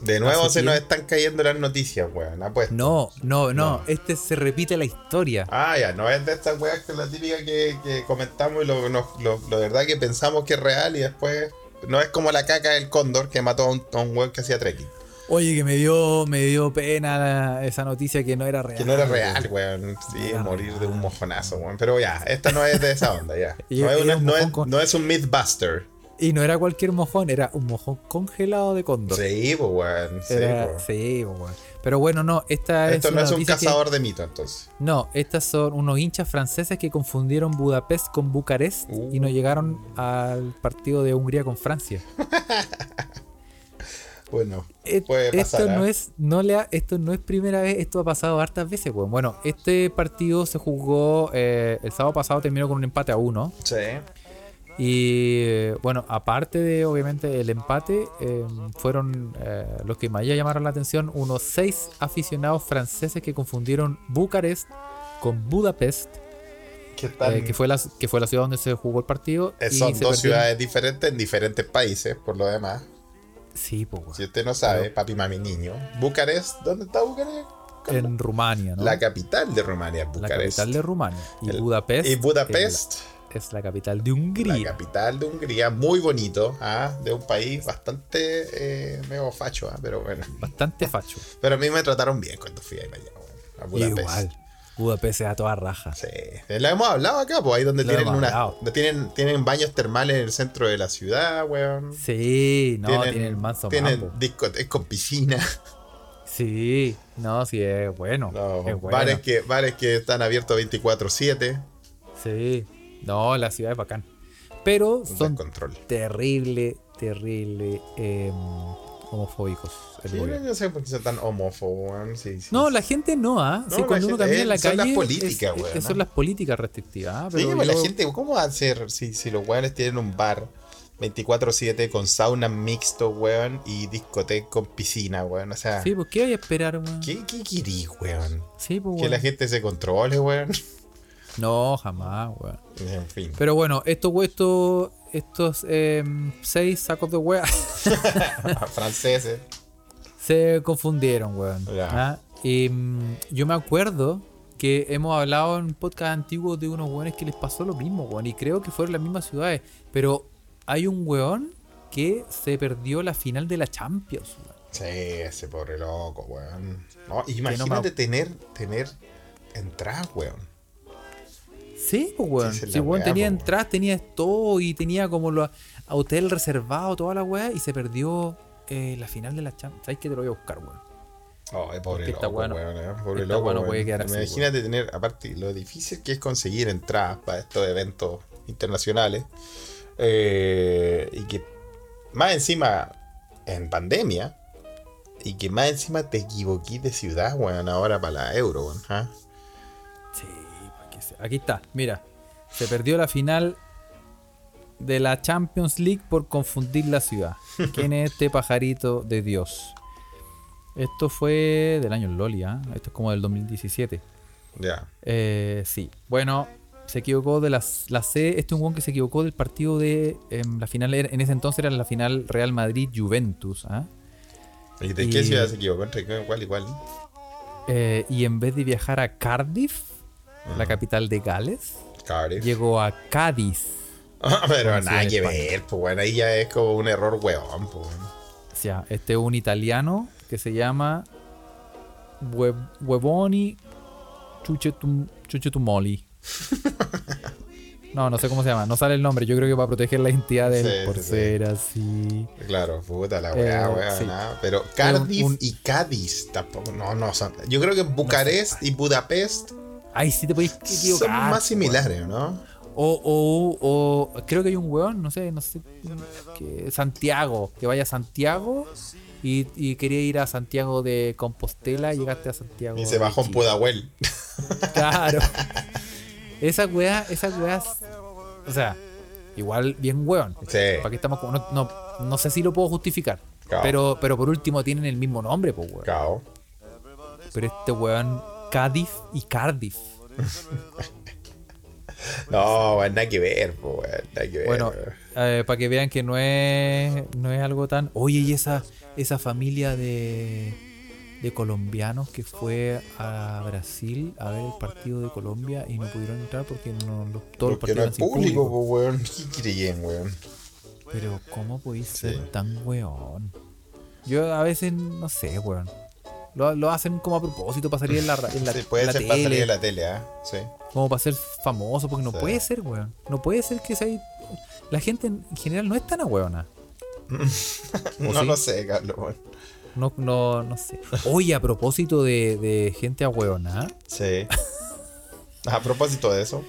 A: De nuevo
E: Hace
A: se nos
E: tiempo.
A: están cayendo las noticias, weón. Apuesto.
E: No, no, no,
A: No.
E: este se repite la historia.
A: Ah, ya, no es de estas weas que la típica que, que comentamos y lo, nos- lo- lo de verdad que pensamos que es real y después. No es como la caca del cóndor que mató a un, a un weón que hacía trekking.
E: Oye, que me dio, me dio pena la- esa noticia que no era real.
A: Que no era real, weón. Sí,
E: Ah.
A: morir de un mojonazo, weón. Pero ya, esta no es de esa onda, ya.
E: Y-
A: No es,
E: y
A: una-
E: un
A: no es-
E: mojón con-
A: no es un Mythbuster.
E: Y no era cualquier mojón, era un mojón congelado de cóndor.
A: Sí, pues, weón. Sí,
E: Era-
A: pues.
E: sí, weón. Pero bueno, no, esta
A: Esto no
E: es una
A: es un
E: noticia que-
A: cazador de mito, entonces.
E: No, estas son unos hinchas franceses que confundieron Budapest con Bucarest y
A: Uh.
E: no llegaron al partido de Hungría con Francia.
A: Bueno,
E: Et-
A: puede pasar.
E: esto no
A: ¿ah?
E: es, no le ha- esto no es primera vez, esto ha pasado hartas veces, weón. Bueno, este partido se jugó eh, el sábado pasado terminó con un empate a uno.
A: Sí.
E: Y eh, bueno, aparte de obviamente el empate, eh, fueron eh, los que más llamaron la atención, unos seis aficionados franceses que confundieron Bucarest con Budapest
A: Que están-
E: eh, que, fue la, que fue la ciudad donde se jugó el partido.
A: eh,
E: y
A: son
E: se
A: dos
E: perdieron-
A: ciudades diferentes en diferentes países, por lo demás.
E: Sí, po, weón.
A: Si usted no sabe, papi, mami, niño. Bucarest, ¿dónde está Bucarest?
E: en Rumania, ¿no?
A: La capital de Rumania,
E: La
A: Bucarest.
E: capital de Rumania. Y
A: El-
E: Budapest.
A: y Budapest,
E: Es la, es la capital de
A: la,
E: Hungría.
A: capital de Hungría, muy bonito, ¿ah? de un país bastante eh, medio facho, ¿ah? pero bueno.
E: Bastante facho.
A: Pero a mí me trataron bien cuando fui ahí para allá, bueno, a Budapest.
E: Igual. Budapest es a toda raja.
A: Sí. La hemos hablado acá, pues ahí donde
E: Lo
A: tienen
E: hemos
A: una,
E: hablado.
A: donde tienen, tienen baños termales en el centro de la ciudad, weón.
E: Sí, no, tiene el manso
A: Tienen
E: mambo.
A: discotecas con piscina.
E: Sí, no, sí, es bueno.
A: No,
E: es bueno.
A: bares, que, bares que están abiertos 24-7.
E: Sí. No, la ciudad es bacán. Pero
A: Un
E: son
A: descontrol.
E: terrible, terrible em, homofóbicos. el
A: Sí,
E: gobierno.
A: no sé por qué son tan homófobos, weón. Sí, sí,
E: No,
A: sí.
E: la gente no, ¿ah?
A: No,
E: Sí,
A: la
E: cuando uno
A: gente- eh,
E: camina en la
A: son
E: calle.
A: las políticas,
E: es- es
A: weón,
E: que
A: ¿no?
E: son las políticas restrictivas. ¿ah?
A: Sí,
E: Pero
A: pues, la
E: yo-
A: gente, ¿cómo va a hacer si, si los weones tienen un bar 24-7 con sauna mixto, weón, y discoteca con piscina, weón? O sea,
E: Sí, pues, ¿qué hay a esperar, weón?
A: ¿qué, qué querís, weón?
E: Sí, pues,
A: Que
E: weón.
A: la gente se controle, weón.
E: No, jamás, weón.
A: En fin.
E: Pero bueno, estos we- estos, estos em, seis sacos de weá
A: franceses.
E: se confundieron, weón.
A: Ya.
E: ¿ah? Y mm, yo me acuerdo que hemos hablado en podcast antiguos de unos weones que les pasó lo mismo, weón. Y creo que fueron las mismas ciudades. Pero hay un weón que se perdió la final de la Champions, weón.
A: Sí, ese pobre loco, weón. No, imagínate
E: me-
A: tener, tener entradas, weón.
E: Sí, pues, weón.
A: esa es
E: Sí,
A: la
E: weón
A: weá,
E: tenía
A: po,
E: entradas, tenía todo y tenía como lo, a hotel reservado, toda la weá, y se perdió eh, la final de la Champions. ¿Sabes que te lo voy a buscar, weón?
A: Ay, Oh, pobre
E: Porque está
A: loco,
E: bueno.
A: weón. eh, Pobre
E: Está
A: loco,
E: bueno,
A: weón.
E: puede quedar así,
A: Imagínate tener, aparte, lo difícil que es conseguir entradas para estos eventos internacionales. eh, y que más encima, en pandemia, y que más encima te equivoquí de ciudad, weón, ahora para la euro, weón. ¿ah?
E: Sí, pa' que se- aquí está, mira. Se perdió la final de la Champions League por confundir la ciudad. ¿Quién es este pajarito de Dios? Esto fue del año Loli, ¿ah? Esto es como del 2017.
A: Ya.
E: Eh, sí, bueno, se equivocó de las, la C. Este es un weón que se equivocó del partido de. em, la final era- en ese entonces era la final Real Madrid-Juventus. ¿ah?
A: ¿Y de
E: Y-
A: qué ciudad se equivocó? Entre qué? igual, igual.
E: Eh, y en vez de viajar a Cardiff, la capital de Gales,
A: Cardiff.
E: llegó a Cádiz.
A: Ah, pero
E: Bueno, sí,
A: nada
E: en
A: que
E: España.
A: ver, pues bueno, ahí ya es como un error huevón, pues bueno.
E: O sea, este es un italiano que se llama Hue- Huevoni Chuchetum- Chuchetumoli. No, no sé cómo se llama, no sale el nombre. Yo creo que va a proteger la identidad de él
A: Sí,
E: por
A: sí, sí.
E: ser así.
A: Claro, puta la
E: Eh,
A: weá, weá,
E: sí.
A: nada. Pero Cardiff
E: un-
A: y Cádiz tampoco, no, no son. Yo creo que Bucarest y Budapest
E: Ay, sí te podéis
A: son
E: equivocar.
A: más similares, ¿no?
E: O, o, o creo que hay un weón, no sé, no sé. que- Santiago, que vaya a Santiago y, y quería ir a Santiago de Compostela, llegaste a Santiago.
A: Y se
E: de
A: bajó en
E: Chile.
A: Pudahuel.
E: Claro. Esas weas, esas weas. O sea, igual bien weón.
A: Sí.
E: ¿Para qué estamos con- no, no, no sé si lo puedo justificar.
A: Claro.
E: Pero, pero por último tienen el mismo nombre, pues weón.
A: Cao.
E: Pero este weón, Cádiz y Cardiff.
A: No, weón, nada que ver, pues weón, nada que ver.
E: Bueno, eh, para que vean que no es, no es algo tan. Oye, y esa, esa familia de, de colombianos que fue a Brasil a ver el partido de Colombia y no pudieron entrar porque no, los- todos los
A: Porque
E: partidos
A: no
E: eran
A: es
E: sin
A: público,
E: público.
A: pues weón. ¿Qué creen, weón?
E: Pero ¿cómo podéis ser
A: Sí.
E: tan weón? Yo a veces no sé, weón. Lo, lo hacen como a propósito para salir en la, ra- en la,
A: Se puede
E: en la
A: ser para
E: tele,
A: salir de la tele, ¿ah? Sí.
E: como para ser famoso, porque no
A: Sí.
E: puede ser, weón. No puede ser que sea... La gente en general no es tan ahueona.
A: No
E: sí?
A: lo sé, cabrón.
E: No, no, no sé. Oye, a propósito de, de gente ahueona,
A: Sí. A propósito de eso.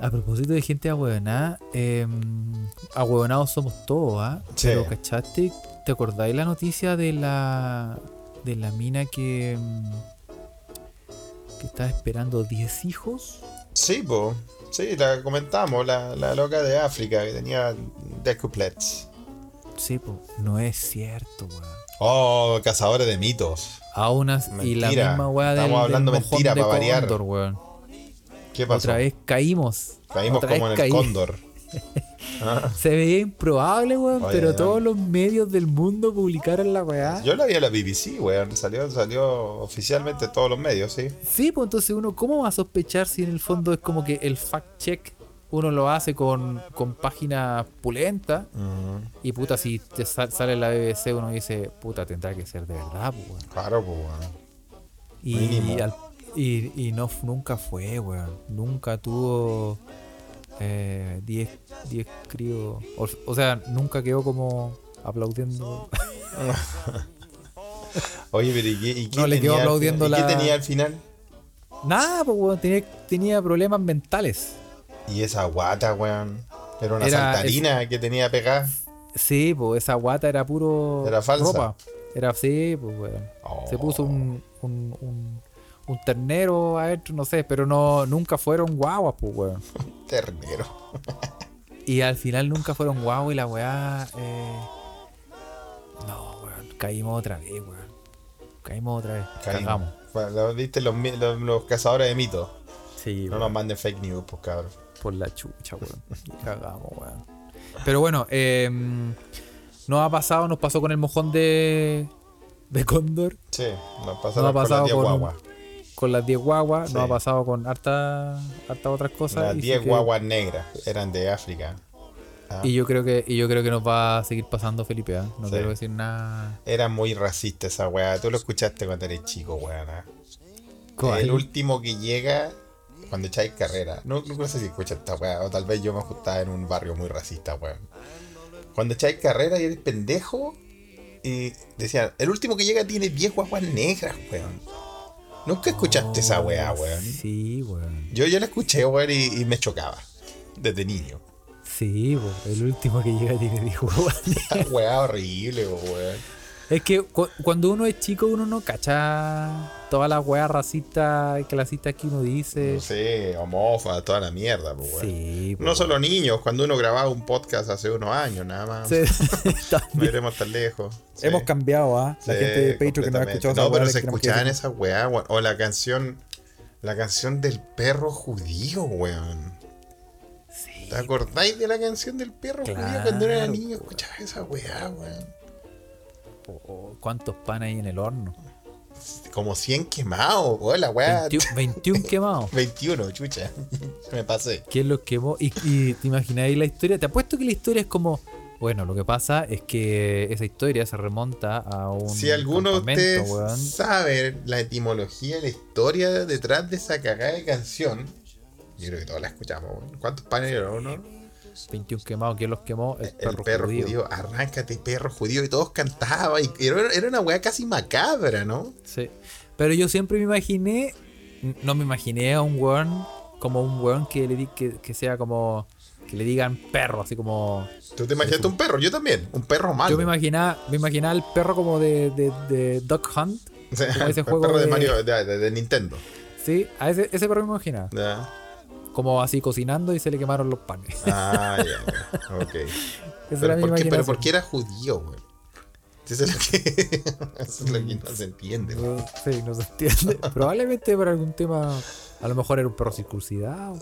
E: a propósito de gente ahueona, eh, ahueonados somos todos, ¿ah?
A: Sí.
E: Pero, ¿cachaste? ¿Te acordáis la noticia de la, de la mina que, mm, que estaba esperando 10 hijos?
A: Sí, po. Sí, la comentamos, la, la loca de África que tenía decuplets.
E: Sí, po, no es cierto, weón.
A: Oh, cazadores de mitos.
E: Aún así, y la
A: Mentira.
E: misma weá del,
A: Estamos hablando
E: del
A: mentira
E: mojón de
A: pa' variar.
E: Cóndor, weón.
A: ¿Qué pasó?
E: Otra vez caímos.
A: Caímos
E: Otra
A: como en
E: vez
A: el
E: caí-
A: cóndor. Ah,
E: Se veía improbable, weón,
A: Oye,
E: pero
A: weón.
E: todos los medios del mundo publicaron la weá.
A: yo la vi en la BBC, weón. Salió, salió oficialmente en todos los medios, sí.
E: Sí, pues entonces uno, ¿cómo va a sospechar si en el fondo es como que el fact-check uno lo hace con, con páginas pulentas? Y puta, si te sa- sale la BBC uno dice, puta, tendrá que ser de verdad, pues, weón.
A: Claro, pues, weón.
E: Y,
A: Mínimo.
E: al- y, y no, f- nunca fue, weón. Nunca tuvo 10 diez críos. O, o sea, nunca quedó como aplaudiendo.
A: Oye, pero ¿y qué, y qué
E: No, le quedó
A: tenía al
E: aplaudiendo
A: final? ¿Y
E: la-
A: qué tenía al final?
E: Nada, pues, weón. Tenía, tenía problemas mentales.
A: Y esa guata, weón. Era una
E: Era-
A: saltarina que tenía pegada.
E: Sí, pues, esa guata era puro.
A: Era falsa.
E: Ropa. Era sí, pues, weón.
A: Oh.
E: Se puso un, un, un, un ternero adentro, no sé, pero no nunca fueron guaguas, pues, weón.
A: Ternero.
E: Y al final nunca fueron guau y la weá. eh, No, weón. Caímos otra vez, weón. Caímos otra vez. Cagamos.
A: Bueno, lo- ¿Viste los, mi- los- los cazadores de mitos?
E: Sí,
A: No nos manden fake news, pues cabrón.
E: por la chucha, weón. Cagamos, weón. Pero bueno, eh, nos ha pasado, nos pasó con el mojón de, de Cóndor,
A: Sí, nos
E: No
A: pasaron
E: ha
A: con
E: pasado
A: las 10
E: con-
A: guaguas.
E: con las 10 guaguas, nos
A: Sí.
E: ha pasado con hartas harta otras cosas.
A: Las
E: y sí
A: 10
E: que-
A: guaguas negras eran de África. Ah,
E: Y yo creo que y yo creo que nos va a seguir pasando, Felipe. ¿eh? No
A: Sí.
E: quiero decir nada.
A: Era muy racista esa weá. Tú lo escuchaste cuando eres chico, weón. ah. El
E: ¿Cuál?
A: último que llega cuando echáis carrera. No, no sé si escucha esta weá. O tal vez yo me ajustaba en un barrio muy racista, weón. Cuando echáis carrera y eres pendejo. Y decían, el último que llega tiene 10 guaguas negras, weón. Nunca escuchaste
E: Oh,
A: esa weá, weón.
E: Sí, weón.
A: Yo, yo la escuché, weón, y, y me chocaba. Desde niño.
E: Sí, po, el último que llega tiene 10 huevos.
A: Esa weá horrible, weón.
E: Es que cu- cuando uno es chico, uno no cacha toda la weá racista y clasista que uno dice.
A: Sí, homófoba, toda la mierda, pues, weón.
E: Sí,
A: No solo niños, cuando uno grababa un podcast hace unos años, nada más.
E: Sí,
A: No
E: también.
A: iremos tan lejos. Sí.
E: Hemos cambiado, ¿ah? La
A: Sí,
E: gente de Patreon que no ha
A: completamente.
E: escuchado esa
A: No,
E: weá
A: pero
E: le
A: se
E: queremos
A: escuchaban
E: decir-
A: esas weá, weón. O la canción. La canción del perro judío, weón.
E: Sí.
A: ¿Te acordáis de la canción del perro judío
E: Claro,
A: cuando era niño? Escuchaba esa weá, weón.
E: Oh, ¿Cuántos panes hay en el horno?
A: Como 100 quemados, weón. La weá.
E: 21, 21 quemados.
A: 21, chucha. Me pasé.
E: ¿Quién los quemó? Y, y te imagináis la historia. Te apuesto que la historia es como. Bueno, lo que pasa es que esa historia se remonta a un.
A: Si alguno de
E: campamento,
A: ustedes
E: weón.
A: sabe la etimología, la historia detrás de esa cagada de canción, yo creo que todos la escuchamos. weón. ¿Cuántos panes eran uno?
E: 21 quemados, ¿quién los quemó? El
A: El
E: perro,
A: perro,
E: judío.
A: judío. arráncate, perro judío, y todos cantaban. y era, era una weá casi macabra, ¿no?
E: Sí. Pero yo siempre me imaginé. No me imaginé a un weón como un weón que le di, que, que sea como. Que le digan perro, así como.
A: Tú te imaginaste un perro, yo también, un perro malo.
E: pues. Yo me imaginaba, me imaginaba el perro como de, de, de Duck Hunt.
A: O sea,
E: como ese
A: el
E: juego
A: perro de,
E: de-
A: Mario, de, de- de Nintendo.
E: Sí, a ese, ese perro me imaginaba.
A: Ya.
E: Como así cocinando y se le quemaron los panes.
A: Ah, ya, ya, ok.
E: Esa
A: Pero
E: era mi
A: ¿por, qué, pero
E: imaginación.
A: ¿por qué era judío, güey? Eso es lo que, eso es lo que no se entiende, güey.
E: No, Uh, sí, no se entiende. Probablemente por algún tema. A lo mejor era un perro circuncidado.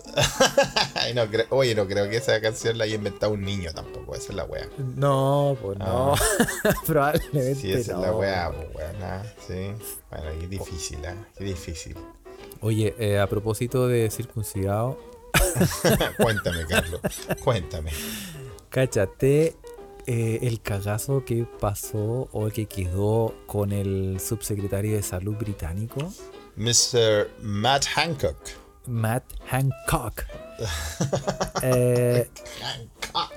A: Ay, no creo- oye, no creo que esa canción la haya inventado un niño tampoco. Esa es la wea.
E: No, pues no. Probablemente.
A: Ah. Sí, esa
E: no.
A: es la wea, pues, weón, ah, Sí. Bueno, qué difícil, ¿ah? Qué difícil.
E: Oye, eh, a propósito de circuncidado,
A: cuéntame, Carlos. Cuéntame.
E: cáchate eh, el cagazo que pasó o que quedó con el subsecretario de salud británico,
A: Mr. Matt Hancock.
E: Matt Hancock. Eh,
A: Hancock.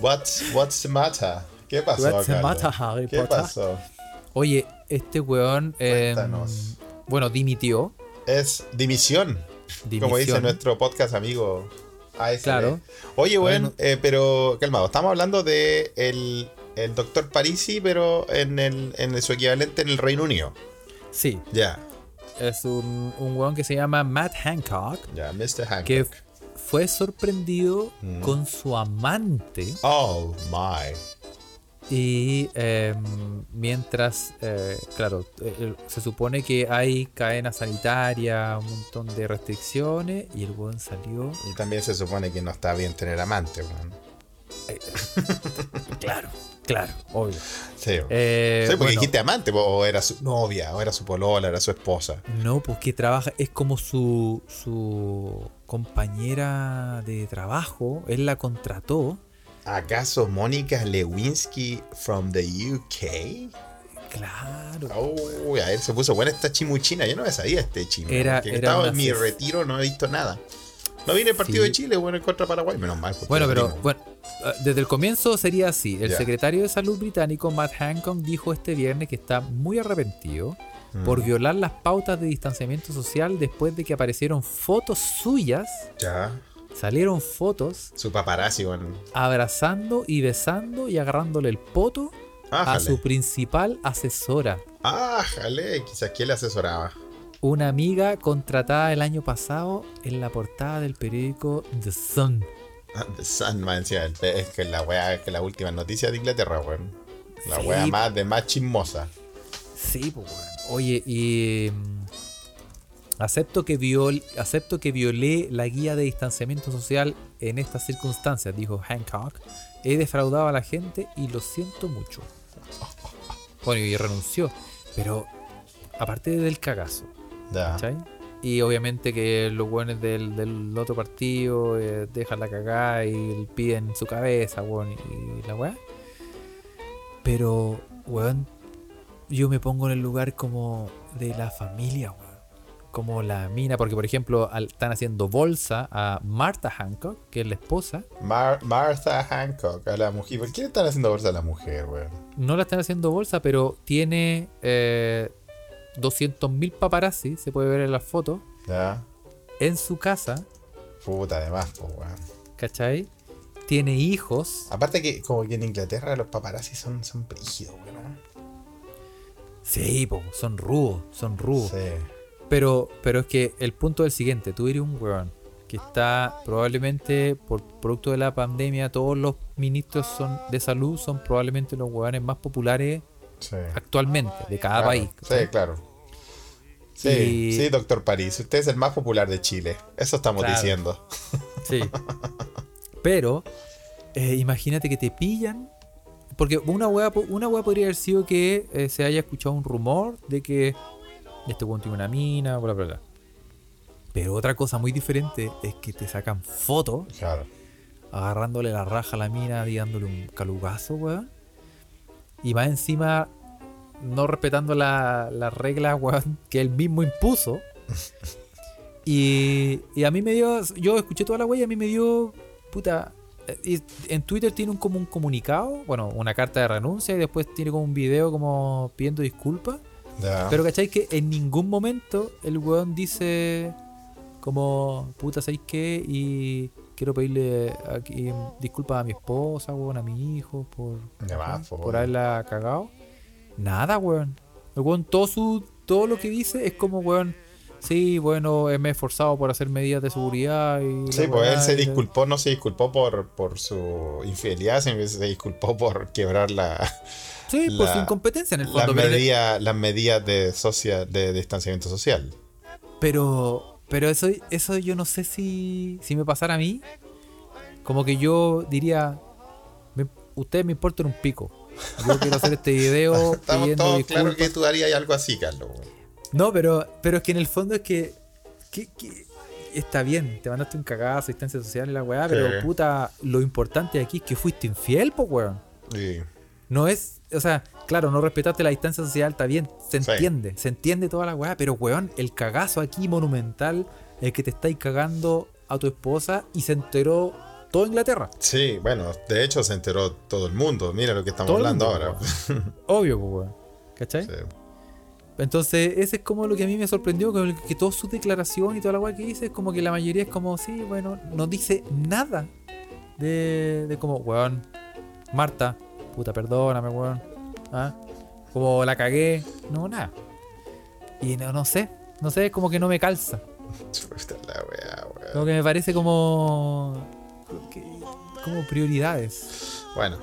A: what's, what's the matter? ¿Qué pasó,
E: What's the
A: Carlos?
E: matter, Harry
A: ¿Qué
E: Potter?
A: pasó?
E: oye, este weón. eh,
A: Cuéntanos.
E: bueno, dimitió.
A: Es dimisión. Como dice
E: dimisión.
A: nuestro podcast amigo ASD.
E: Claro.
A: Oye, bueno,
E: Bueno.
A: pero calmado, estamos hablando de el, el doctor Parisi, pero en, el, en su equivalente en el Reino Unido.
E: Sí,
A: Ya,
E: es un, un weón que se llama Matt Hancock,
A: ya, Mr. Hancock.
E: que fue sorprendido
A: Mm.
E: con su amante.
A: Oh my.
E: Y em, mientras, eh, claro, eh, eh, se supone que hay cadena sanitaria, un montón de restricciones, y el weón salió.
A: Y también se supone que no está bien tener amante, weón.
E: Claro, claro, obvio.
A: Sí, weón.
E: Eh,
A: Sí, porque
E: bueno,
A: dijiste amante, po, o era su novia, o era su polola, era su esposa.
E: No, porque trabaja, es como su, su compañera de trabajo, él la contrató.
A: ¿Acaso Mónica Lewinsky from the UK?
E: Claro.
A: Oh, a ver, se puso buena esta chimuchina. Yo no me sabía este chimo.
E: Era-
A: que
E: era
A: estaba
E: una
A: en mi
E: ses-
A: retiro, no he visto nada. No viene el partido
E: Sí.
A: de Chile, bueno, en contra de Paraguay. Menos mal. porque
E: Bueno,
A: lo
E: pero
A: perdimos.
E: bueno, eh, desde el comienzo sería así. El
A: Ya.
E: secretario de Salud británico Matt Hancock dijo este viernes que está muy arrepentido
A: Mm.
E: por violar las pautas de distanciamiento social después de que aparecieron fotos suyas,
A: Ya,
E: salieron fotos
A: su paparazzi, bueno.
E: abrazando y besando y agarrándole el poto a
A: Ájale.
E: Ah, su principal asesora,
A: Ájale, quizás que le asesoraba.
E: una amiga contratada el año pasado en la portada del periódico The Sun.
A: Ah, The Sun, man, encima, el- es que la wea, es que la última noticia de Inglaterra, weón. La
E: Sí.
A: wea más de más chismosa.
E: Sí, pues weón. Oye, y. mm, Acepto que, viol, acepto que violé la guía de distanciamiento social en estas circunstancias, dijo Hancock. He defraudado a la gente y lo siento mucho. Bueno, y renunció. Pero, aparte del cagazo,
A: Ya.
E: ¿cachai? Y obviamente que los buenos del, del otro partido eh, dejan la cagada y piden su cabeza, weón, y, la weá. Pero, weón, yo me pongo en el lugar como de la familia, weón. Como la mina, porque por ejemplo al- están haciendo bolsa a Martha Hancock, que es la esposa.
A: Mar- Martha Hancock, a la mujer. ¿Por qué le están haciendo bolsa a la mujer, weón?
E: No la están haciendo bolsa, pero tiene eh, 200.000 paparazzi, se puede ver en las fotos,
A: Ya.
E: en su casa.
A: Puta, además, pues, weón.
E: ¿Cachai? tiene hijos.
A: Aparte que como que en Inglaterra los paparazzi son, son brígidos, güey, ¿no?
E: Sí, po, son rudos, son rudos.
A: Sí.
E: Pero, pero es que el punto es el siguiente: tú eres un weón que está probablemente por producto de la pandemia, todos los ministros son de salud son probablemente los weones más populares
A: Sí.
E: actualmente de cada
A: Claro,
E: país.
A: Sí, claro. Sí,
E: Ah, Y-
A: sí, doctor París. Usted es el más popular de Chile. Eso estamos
E: Claro.
A: diciendo.
E: Sí. Pero, eh, imagínate que te pillan. Porque una hueá una hueá podría haber sido que eh, se haya escuchado un rumor de que este weón tiene una mina, bla, bla, bla. Pero otra cosa muy diferente es que te sacan fotos
A: Claro.
E: agarrándole la raja a la mina y dándole un calugazo, weón. Y más encima, no respetando la- las reglas, weón, que él mismo impuso. Y, y a mí me dio, yo escuché toda la wea y a mí me dio, puta, eh, y en Twitter tiene un, como un comunicado, bueno, una carta de renuncia y después tiene como un video como pidiendo disculpas.
A: Ya.
E: Pero cacháis que en ningún momento el weón dice como, puta, ¿sabéis qué? Y quiero pedirle aquí disculpas a mi esposa, weón, a mi hijo por,
A: Ya va, pues, po,
E: por haberla cagado. Nada, weón. El weón, todo, su, todo lo que dice es como, weón, sí, bueno, eh, me he esforzado por hacer medidas de seguridad. Y la
A: Sí, pues él
E: weá,
A: se
E: y la-
A: disculpó, no se disculpó por, por su infidelidad, sino que se disculpó por quebrar la,
E: Sí, por
A: la-
E: su incompetencia en el
A: las
E: fondo. pero le-
A: medidas- las medidas de, socia- de distanciamiento social.
E: Pero, pero eso, eso yo no sé si, si me pasara a mí. Como que yo diría, me- ustedes me importan un pico. Yo quiero hacer este video
A: Estamos
E: pidiendo
A: todos
E: disculpas.
A: claros que tú harías algo así, Carlos. güey.
E: No, pero, pero es que en el fondo es que, que- que- está bien, te mandaste un cagazo, distancia social y la weá, pero
A: Sí.
E: puta, lo importante aquí es que fuiste infiel, po weón.
A: Sí.
E: No es, o sea, claro, no respetaste la distancia social, está bien, se
A: Sí.
E: entiende, se entiende toda la weá, pero weón, el cagazo aquí monumental, el que te estáis cagando a tu esposa y se enteró toda Inglaterra.
A: Sí, bueno, de hecho se enteró todo el mundo. Mira lo que estamos
E: Todo el
A: hablando
E: mundo,
A: ahora.
E: Obvio, pues, weón. ¿Cachai?
A: Sí.
E: Entonces, ese es como lo que a mí me sorprendió, que, que toda su declaración y toda la weá que dice, es como que la mayoría es como, sí, bueno, no dice nada de, de como, weón, Marta, puta, perdóname, weón. ¿Ah? Como la cagué, no, nada. Y no, no sé, no sé, es como que no me calza.
A: Chuta la wea, wea.
E: Como que me parece como... que- como prioridades.
A: Bueno,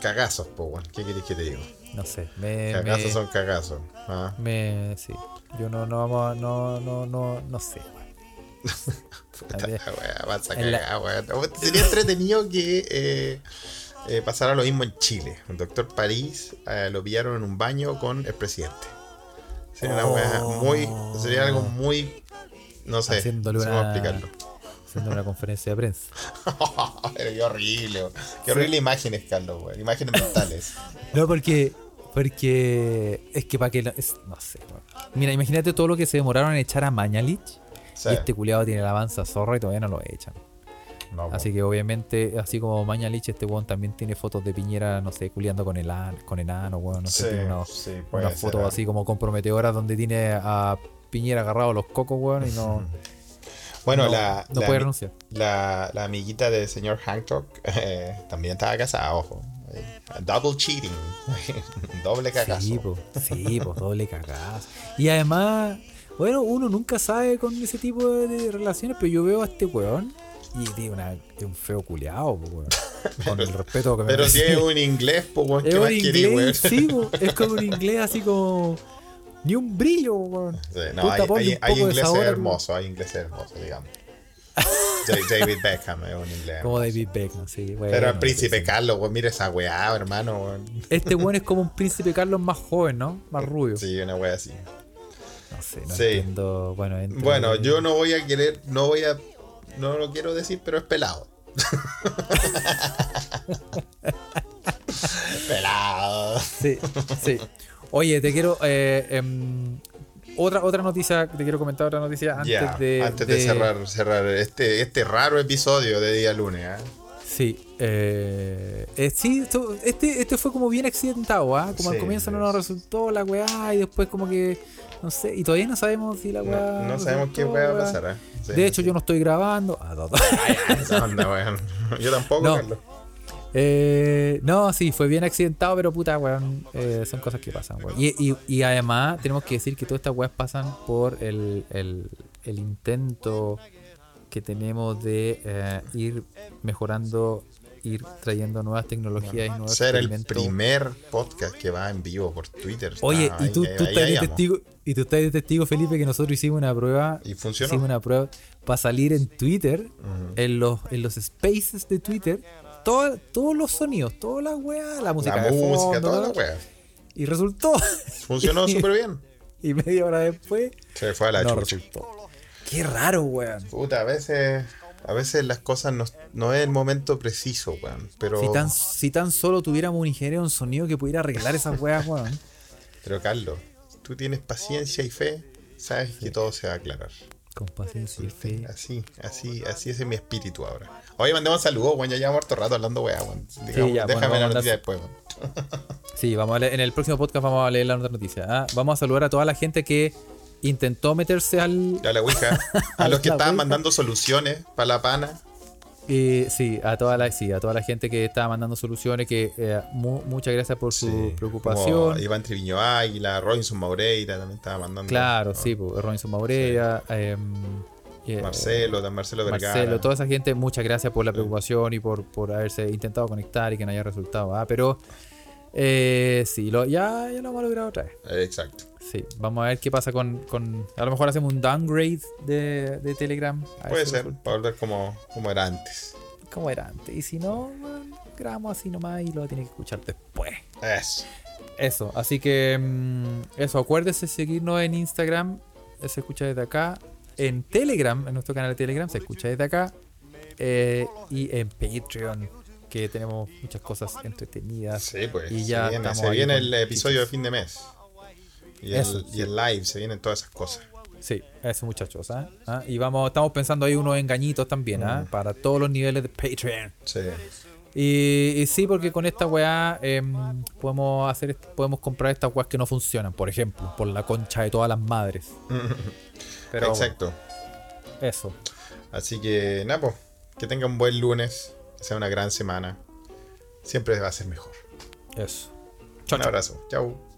A: cagazos, po, weón. ¿Qué querés que te digo?
E: No sé, Eh, me...
A: Cagazos
E: me-
A: son cagazos. Ah,
E: me- sí, yo no, no, vamos a- no, no, no, no sé.
A: puta la wea, vas a
E: En la-
A: cagar, weón. No, Sería entretenido que eh, eh, pasara lo mismo en Chile. El doctor París eh, lo pillaron en un baño con el presidente. Sería una wea muy. Sería algo muy. No sé.
E: Haciéndole
A: No sé cómo
E: una-
A: explicarlo.
E: haciendo una conferencia de prensa.
A: Pero qué horrible, weón. Qué horrible imágenes, Carlos, weón. Imágenes mentales.
E: No, porque. Porque. Es que para que. lo- es- no sé, weón. Mira, imagínate todo lo que se demoraron en echar a Mañalich.
A: O sea,
E: Y este culiado tiene la avanza zorra y todavía no lo echan.
A: no, po.
E: Así que obviamente, así como Mañalich, este weón también tiene fotos de Piñera, no sé, culiando con, elan- con enano, weón. No sé,
A: Sí,
E: tiene una,
A: sí, puede
E: una
A: ser
E: foto
A: algo.
E: así como comprometedora donde tiene a Piñera agarrado a los cocos, weón, y no.
A: Bueno,
E: no-
A: la,
E: No
A: la-
E: puede renunciar.
A: la, la amiguita del señor Hancock eh, también estaba casada, ojo. Eh, Double cheating. Doble cagazo.
E: Sí, pues, sí, po, doble cagazo. Y además, bueno, uno nunca sabe con ese tipo de, de relaciones, pero yo veo a este weón y tiene una, tiene un feo culeado, po, weón. Con el respeto que me
A: Pero si
E: merece.
A: es un inglés, pues, weón,
E: Es
A: ¿qué
E: un
A: más querés, weón?
E: inglés, sí, po, es como un inglés así como. Ni un brillo, weón.
A: Sí, no,
E: Puta,
A: hay,
E: ponle
A: hay-
E: un
A: hay
E: poco de
A: ingleses
E: sabor a tu-
A: hermosos, hay ingleses hermosos, digamos. Ja- David Beckham es un inglés.
E: Como
A: hermoso.
E: David Beckham, sí, weón.
A: Pero el príncipe Carlos, weón, mira esa weá, hermano. weón.
E: Este weón es como un príncipe Carlos más joven, ¿no? Más rubio.
A: Sí, una weá así.
E: No sé, no
A: Sí.
E: entiendo. Bueno, entre-
A: Bueno, yo no voy a querer, no voy a, no lo quiero decir, pero es pelado. pelado.
E: Sí, sí. Oye, te quiero. eh, em, otra, otra noticia, te quiero comentar otra noticia antes
A: Ya,
E: de.
A: antes de, cerrar, cerrar este, este raro episodio de día lunes. ¿eh?
E: Sí, eh, eh, sí, esto- este, este fue como bien accidentado, ¿ah? Como al
A: Sí,
E: comienzo no
A: es.
E: nos resultó la weá y después como que, no sé, y todavía no sabemos si la
A: No,
E: weá...
A: no sabemos qué
E: resultó,
A: va a
E: weá.
A: pasar. ¿eh? Sí,
E: pues, de hecho
A: sí.
E: yo no estoy grabando. Ah, no, no.
A: Esa onda, weón. Yo tampoco,
E: No.
A: Carlos.
E: Eh, no, sí, fue bien accidentado, pero puta, weón, eh, son cosas que pasan, weón. Y, y- y además tenemos que decir que todas estas weas pasan por el, el- el intento que tenemos de eh, ir mejorando, ir trayendo nuevas tecnologías y nuevos
A: Ser el
E: experimentos.
A: primer podcast que va en vivo por Twitter.
E: Oye,
A: Ah,
E: y tú,
A: ahí-
E: tú
A: ahí-
E: estás
A: ahí
E: de
A: vamos.
E: testigo, y tú estás de testigo, Felipe, que nosotros hicimos una prueba.
A: Y funcionó.
E: Hicimos una prueba para salir en Twitter, en, los, en los spaces de Twitter, todo- todos los sonidos, toda la weá, la música.
A: La
E: de
A: música,
E: fondo,
A: toda la
E: todo.
A: wea.
E: Y resultó.
A: Funcionó súper bien.
E: y media hora después,
A: Se fue a la
E: no
A: chucha.
E: resultó. Qué raro, weón.
A: Puta, a veces, a veces las cosas no, no es el momento preciso, weón. Pero,
E: Si tan, si tan solo tuviéramos un ingeniero en sonido que pudiera arreglar esas weas, weón.
A: pero Carlos, tú tienes paciencia y fe, sabes que todo se va a aclarar.
E: Con paciencia y fe.
A: Así, así, así es en mi espíritu ahora. Oye, mandemos saludos, weón. Ya llevamos harto rato hablando, weón. weón. Digamos,
E: ya, pues, bueno,
A: déjame
E: vamos a
A: la
E: mandar-
A: noticia después, weón.
E: Sí, vamos a leer- en el próximo podcast vamos a leer la otra noticia. ah. Vamos a saludar a toda la gente que intentó meterse al.
A: A la Ouija. A los que
E: La
A: estaban
E: Ouija.
A: mandando soluciones para la pana.
E: eh, sí, a toda la, sí, a toda la gente que estaba mandando soluciones. Que eh, mu- muchas gracias por su
A: Sí,
E: preocupación.
A: como Iván Triviño Águila, Robinson Maureira también estaba mandando.
E: Claro,
A: ¿no?
E: sí, pues, Robinson Maureira, em, eh,
A: Marcelo, también Marcelo Vergara.
E: Marcelo, toda esa gente, muchas gracias por la preocupación y por, por haberse intentado conectar y que no haya resultado. ah, Pero eh, sí, lo, ya, ya lo vamos a lograr otra vez.
A: Eh, Exacto.
E: Sí, vamos a ver qué pasa con. con- a lo mejor hacemos un downgrade de, de Telegram. A ver
A: Puede
E: si
A: ser,
E: resulta-
A: para volver como, como era antes.
E: Como era antes. Y si no, bueno, grabamos así nomás y lo tienes que escuchar después.
A: Eso.
E: Eso, así que mm, eso, acuérdese seguirnos en Instagram, eh, se escucha desde acá, en Telegram, en nuestro canal de Telegram, se escucha desde acá, eh, y en Patreon, que tenemos muchas cosas entretenidas.
A: Sí, pues.
E: Ah, Y ya
A: se viene,
E: estamos
A: se
E: ahí
A: viene
E: con
A: el episodio de
E: chichas.
A: fin de mes. Y el,
E: Eso,
A: y el live, se vienen todas esas cosas.
E: Sí, eso muchachos, ¿ah? ¿Ah? Y vamos, estamos pensando ahí unos engañitos también, ¿ah?
A: Mm.
E: Para todos los niveles de Patreon.
A: Sí.
E: Y, y sí, porque con esta weá em, podemos hacer est- podemos comprar estas weas que no funcionan, por ejemplo, por la concha de todas las madres. Pero bueno,
A: Exacto.
E: eso.
A: Así que, Napo, que tenga un buen lunes, que sea una gran semana. Siempre va a ser mejor.
E: Eso.
A: un abrazo. Chau.